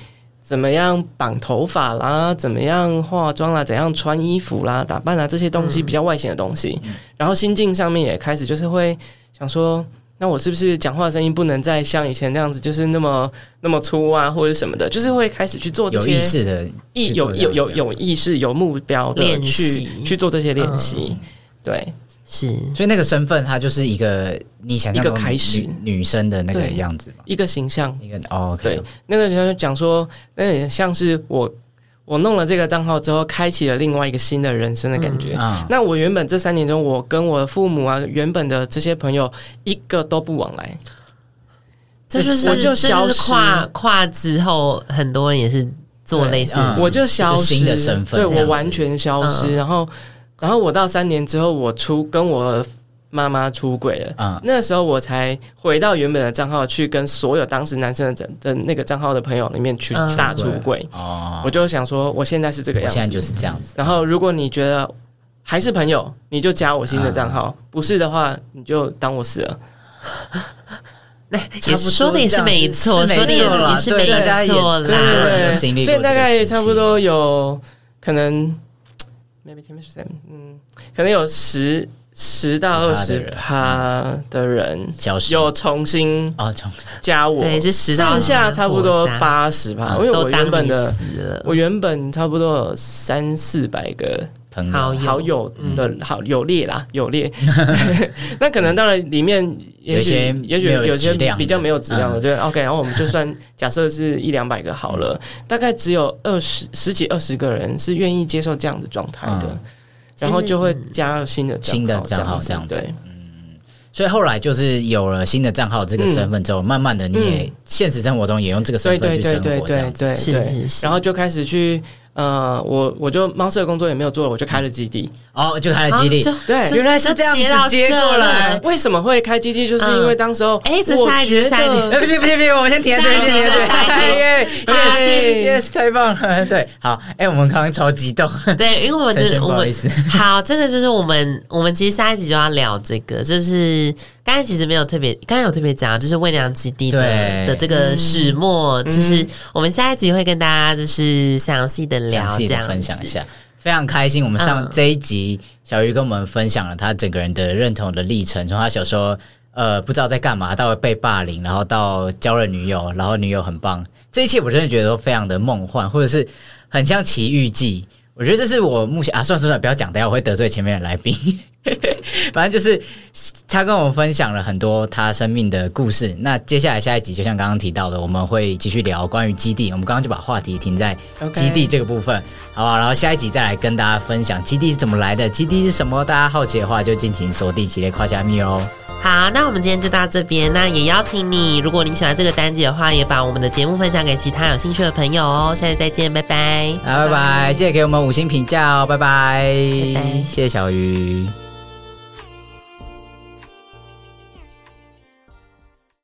S3: 怎么样绑头发啦？怎么样化妆啦？怎样穿衣服啦？打扮啊啦？这些东西
S1: 嗯
S3: 比较外显的东西，然后心境上面也开始就是会想说，那我是不是讲话的声音不能再像以前那样子，就是那么那么粗啊，或者什么的？就是会开始去做这
S1: 有
S3: 些
S1: 意识的
S3: 意
S1: 去
S3: 有
S1: 做这样
S3: 有有
S1: 的
S3: 有意识、有目标的
S2: 练
S3: 去
S2: 习
S3: 去做这些练
S1: 嗯
S3: 习，对
S2: 是
S1: 所以那个身份，它就是一个你想象中
S3: 一个开始
S1: 女女生的那个
S3: 对
S1: 样子嘛，
S3: 一个形象。
S1: 一个哦，OK，
S3: 对，那个人讲说，那也像是我我弄了这个账号之后，开启了另外一个新的人生的感觉。
S1: 啊，
S3: 那我原本这三年中，我跟我的父母啊，原本的这些朋友一个都不往来，
S2: 这就是
S3: 我就
S2: 这
S3: 消
S2: 是
S3: 失
S2: 跨跨之后，很多人也是做类似的
S1: 嗯
S2: 事。
S3: 我就消
S1: 就是
S3: 失，
S1: 新的身份
S3: 对
S1: 这样子
S3: 我完全消失。
S2: 嗯
S3: 然后，然后我到三年之后，我出跟我妈妈出轨了。
S1: 嗯
S3: 那时候我才回到原本的账号，去跟所有当时男生的的那个账号的朋友里面去
S2: 嗯
S3: 大出轨。
S1: 哦，
S3: 我就想说，我现在是这个
S1: 我
S3: 样
S1: 现在
S3: 子。
S1: 就是这样子，
S3: 然后，如果你觉得还是朋友，你就加我新的账
S2: 啊
S3: 号；不是的话，你就当我死了。
S2: 那
S1: 差
S2: 也
S1: 不多
S2: 说的也
S1: 这
S2: 是
S1: 样
S2: 没
S1: 子
S2: 错，
S1: 是
S2: 说的
S1: 没
S2: 也
S1: 错啦
S2: 也是
S1: 对
S2: 没
S1: 大家也
S2: 错
S1: 对
S2: 啦。
S1: 对
S3: 对，
S1: 经历过
S3: 所以大
S1: 这个
S3: 概
S1: 时期
S3: 差不多有可能 maybe ten percent，嗯，可能有十十到二十趴的人
S1: 消失
S3: 有重新
S1: 哦，从
S3: 加我，
S2: 对，是十到
S3: 剩下差不多
S2: 火山
S3: 八十趴，
S1: 嗯
S3: 因为我
S2: 都当
S3: 原本
S2: 你
S3: 的
S2: 死了。
S3: 我原本差不多有三四百个
S1: 朋
S2: 好
S1: 友嗯
S2: 友
S3: 好友的好友列啦，友列， 对那可能当然里面也许
S1: 有一些
S3: 也许
S1: 没有
S3: 有些
S1: 质量的
S3: 比较没有质量的，
S1: 嗯
S3: 对，OK，然后我们 就算假设是一两百个好了，
S1: 嗯
S3: 大概只有二十十几二十个人是愿意接受这样的状态的
S1: 嗯，
S3: 然后就会加入新的
S1: 新的账号
S3: 子
S1: 这样子
S3: 对，
S1: 所以后来就是有了新的账号这个身份之后，慢慢的你也现实生活中也用这个
S3: 对
S1: 身份
S3: 对
S1: 去
S3: 对
S1: 生
S3: 嗯对
S1: 活，这
S3: 对
S1: 样子
S3: 对
S2: 是
S3: 对，
S2: 是是
S3: 然后就开始去呃，我我就猫舍的工作也没有做了，我就开了基地，
S1: 哦，就开了激励，
S2: 啊就
S3: 对
S2: 就
S4: 原来是这样子
S2: 就到
S4: 接过
S2: 这了
S4: 来
S3: 为什么会开基地？就是因为当时候，
S2: 嗯哎这下一集
S3: 我觉
S2: 这下一集
S3: 得
S4: 哎，不行不行不行，我们先停在这
S2: 下一
S4: 里，
S2: 集
S4: 停在这里
S2: 下一集
S4: 耶
S2: 好
S3: 哎
S4: 耶
S3: 谢
S4: ，yes，yes，太 棒了，对，
S1: 好，哎，我们刚刚超激动，
S3: 啊
S2: 对，因为 我觉
S1: 陈
S2: 得
S1: 轩不
S2: 我
S1: 好
S2: 们
S1: 意思，
S2: 好，这个就是我们我们其实下一集就要聊这个，就是刚才其实没有特别，刚才有特别讲，就是喂粮基地的
S1: 对嗯
S2: 的这个始末，就是我们下一集会跟大家就是详细的聊
S1: 详
S2: 这
S1: 细
S2: 样
S1: 的
S2: 子
S1: 分享一。下，非常开心。我们上
S2: 嗯
S1: 这一集，小鱼跟我们分享了他整个人的认同的历程，从他小时候呃不知道在干嘛，到被霸凌，然后到交了女友，然后女友很棒，这一切我真的觉得都非常的梦幻，或者是很像奇遇记。我觉得这是我目前啊，算了算了，不要讲，等一下我会得罪前面的来宾。 反正就是他跟我们分享了很多他生命的故事。那接下来下一集，就像刚刚提到的，我们会继续聊关于基地。我们刚刚就把话题停在
S3: OK
S1: 基地这个部分好不好？然后下一集再来跟大家分享基地是怎么来的，基地是什么，大家好奇的话就尽情锁定《系列胯下蜜》喽。哦
S2: 好，那我们今天就到这边。那也邀请你，如果你喜欢这个单集的话，也把我们的节目分享给其他有兴趣的朋友哦。下次再见，拜拜。
S1: 好，拜拜，记得给我们五星评价哦，拜拜
S2: 拜拜
S1: 谢谢小鱼。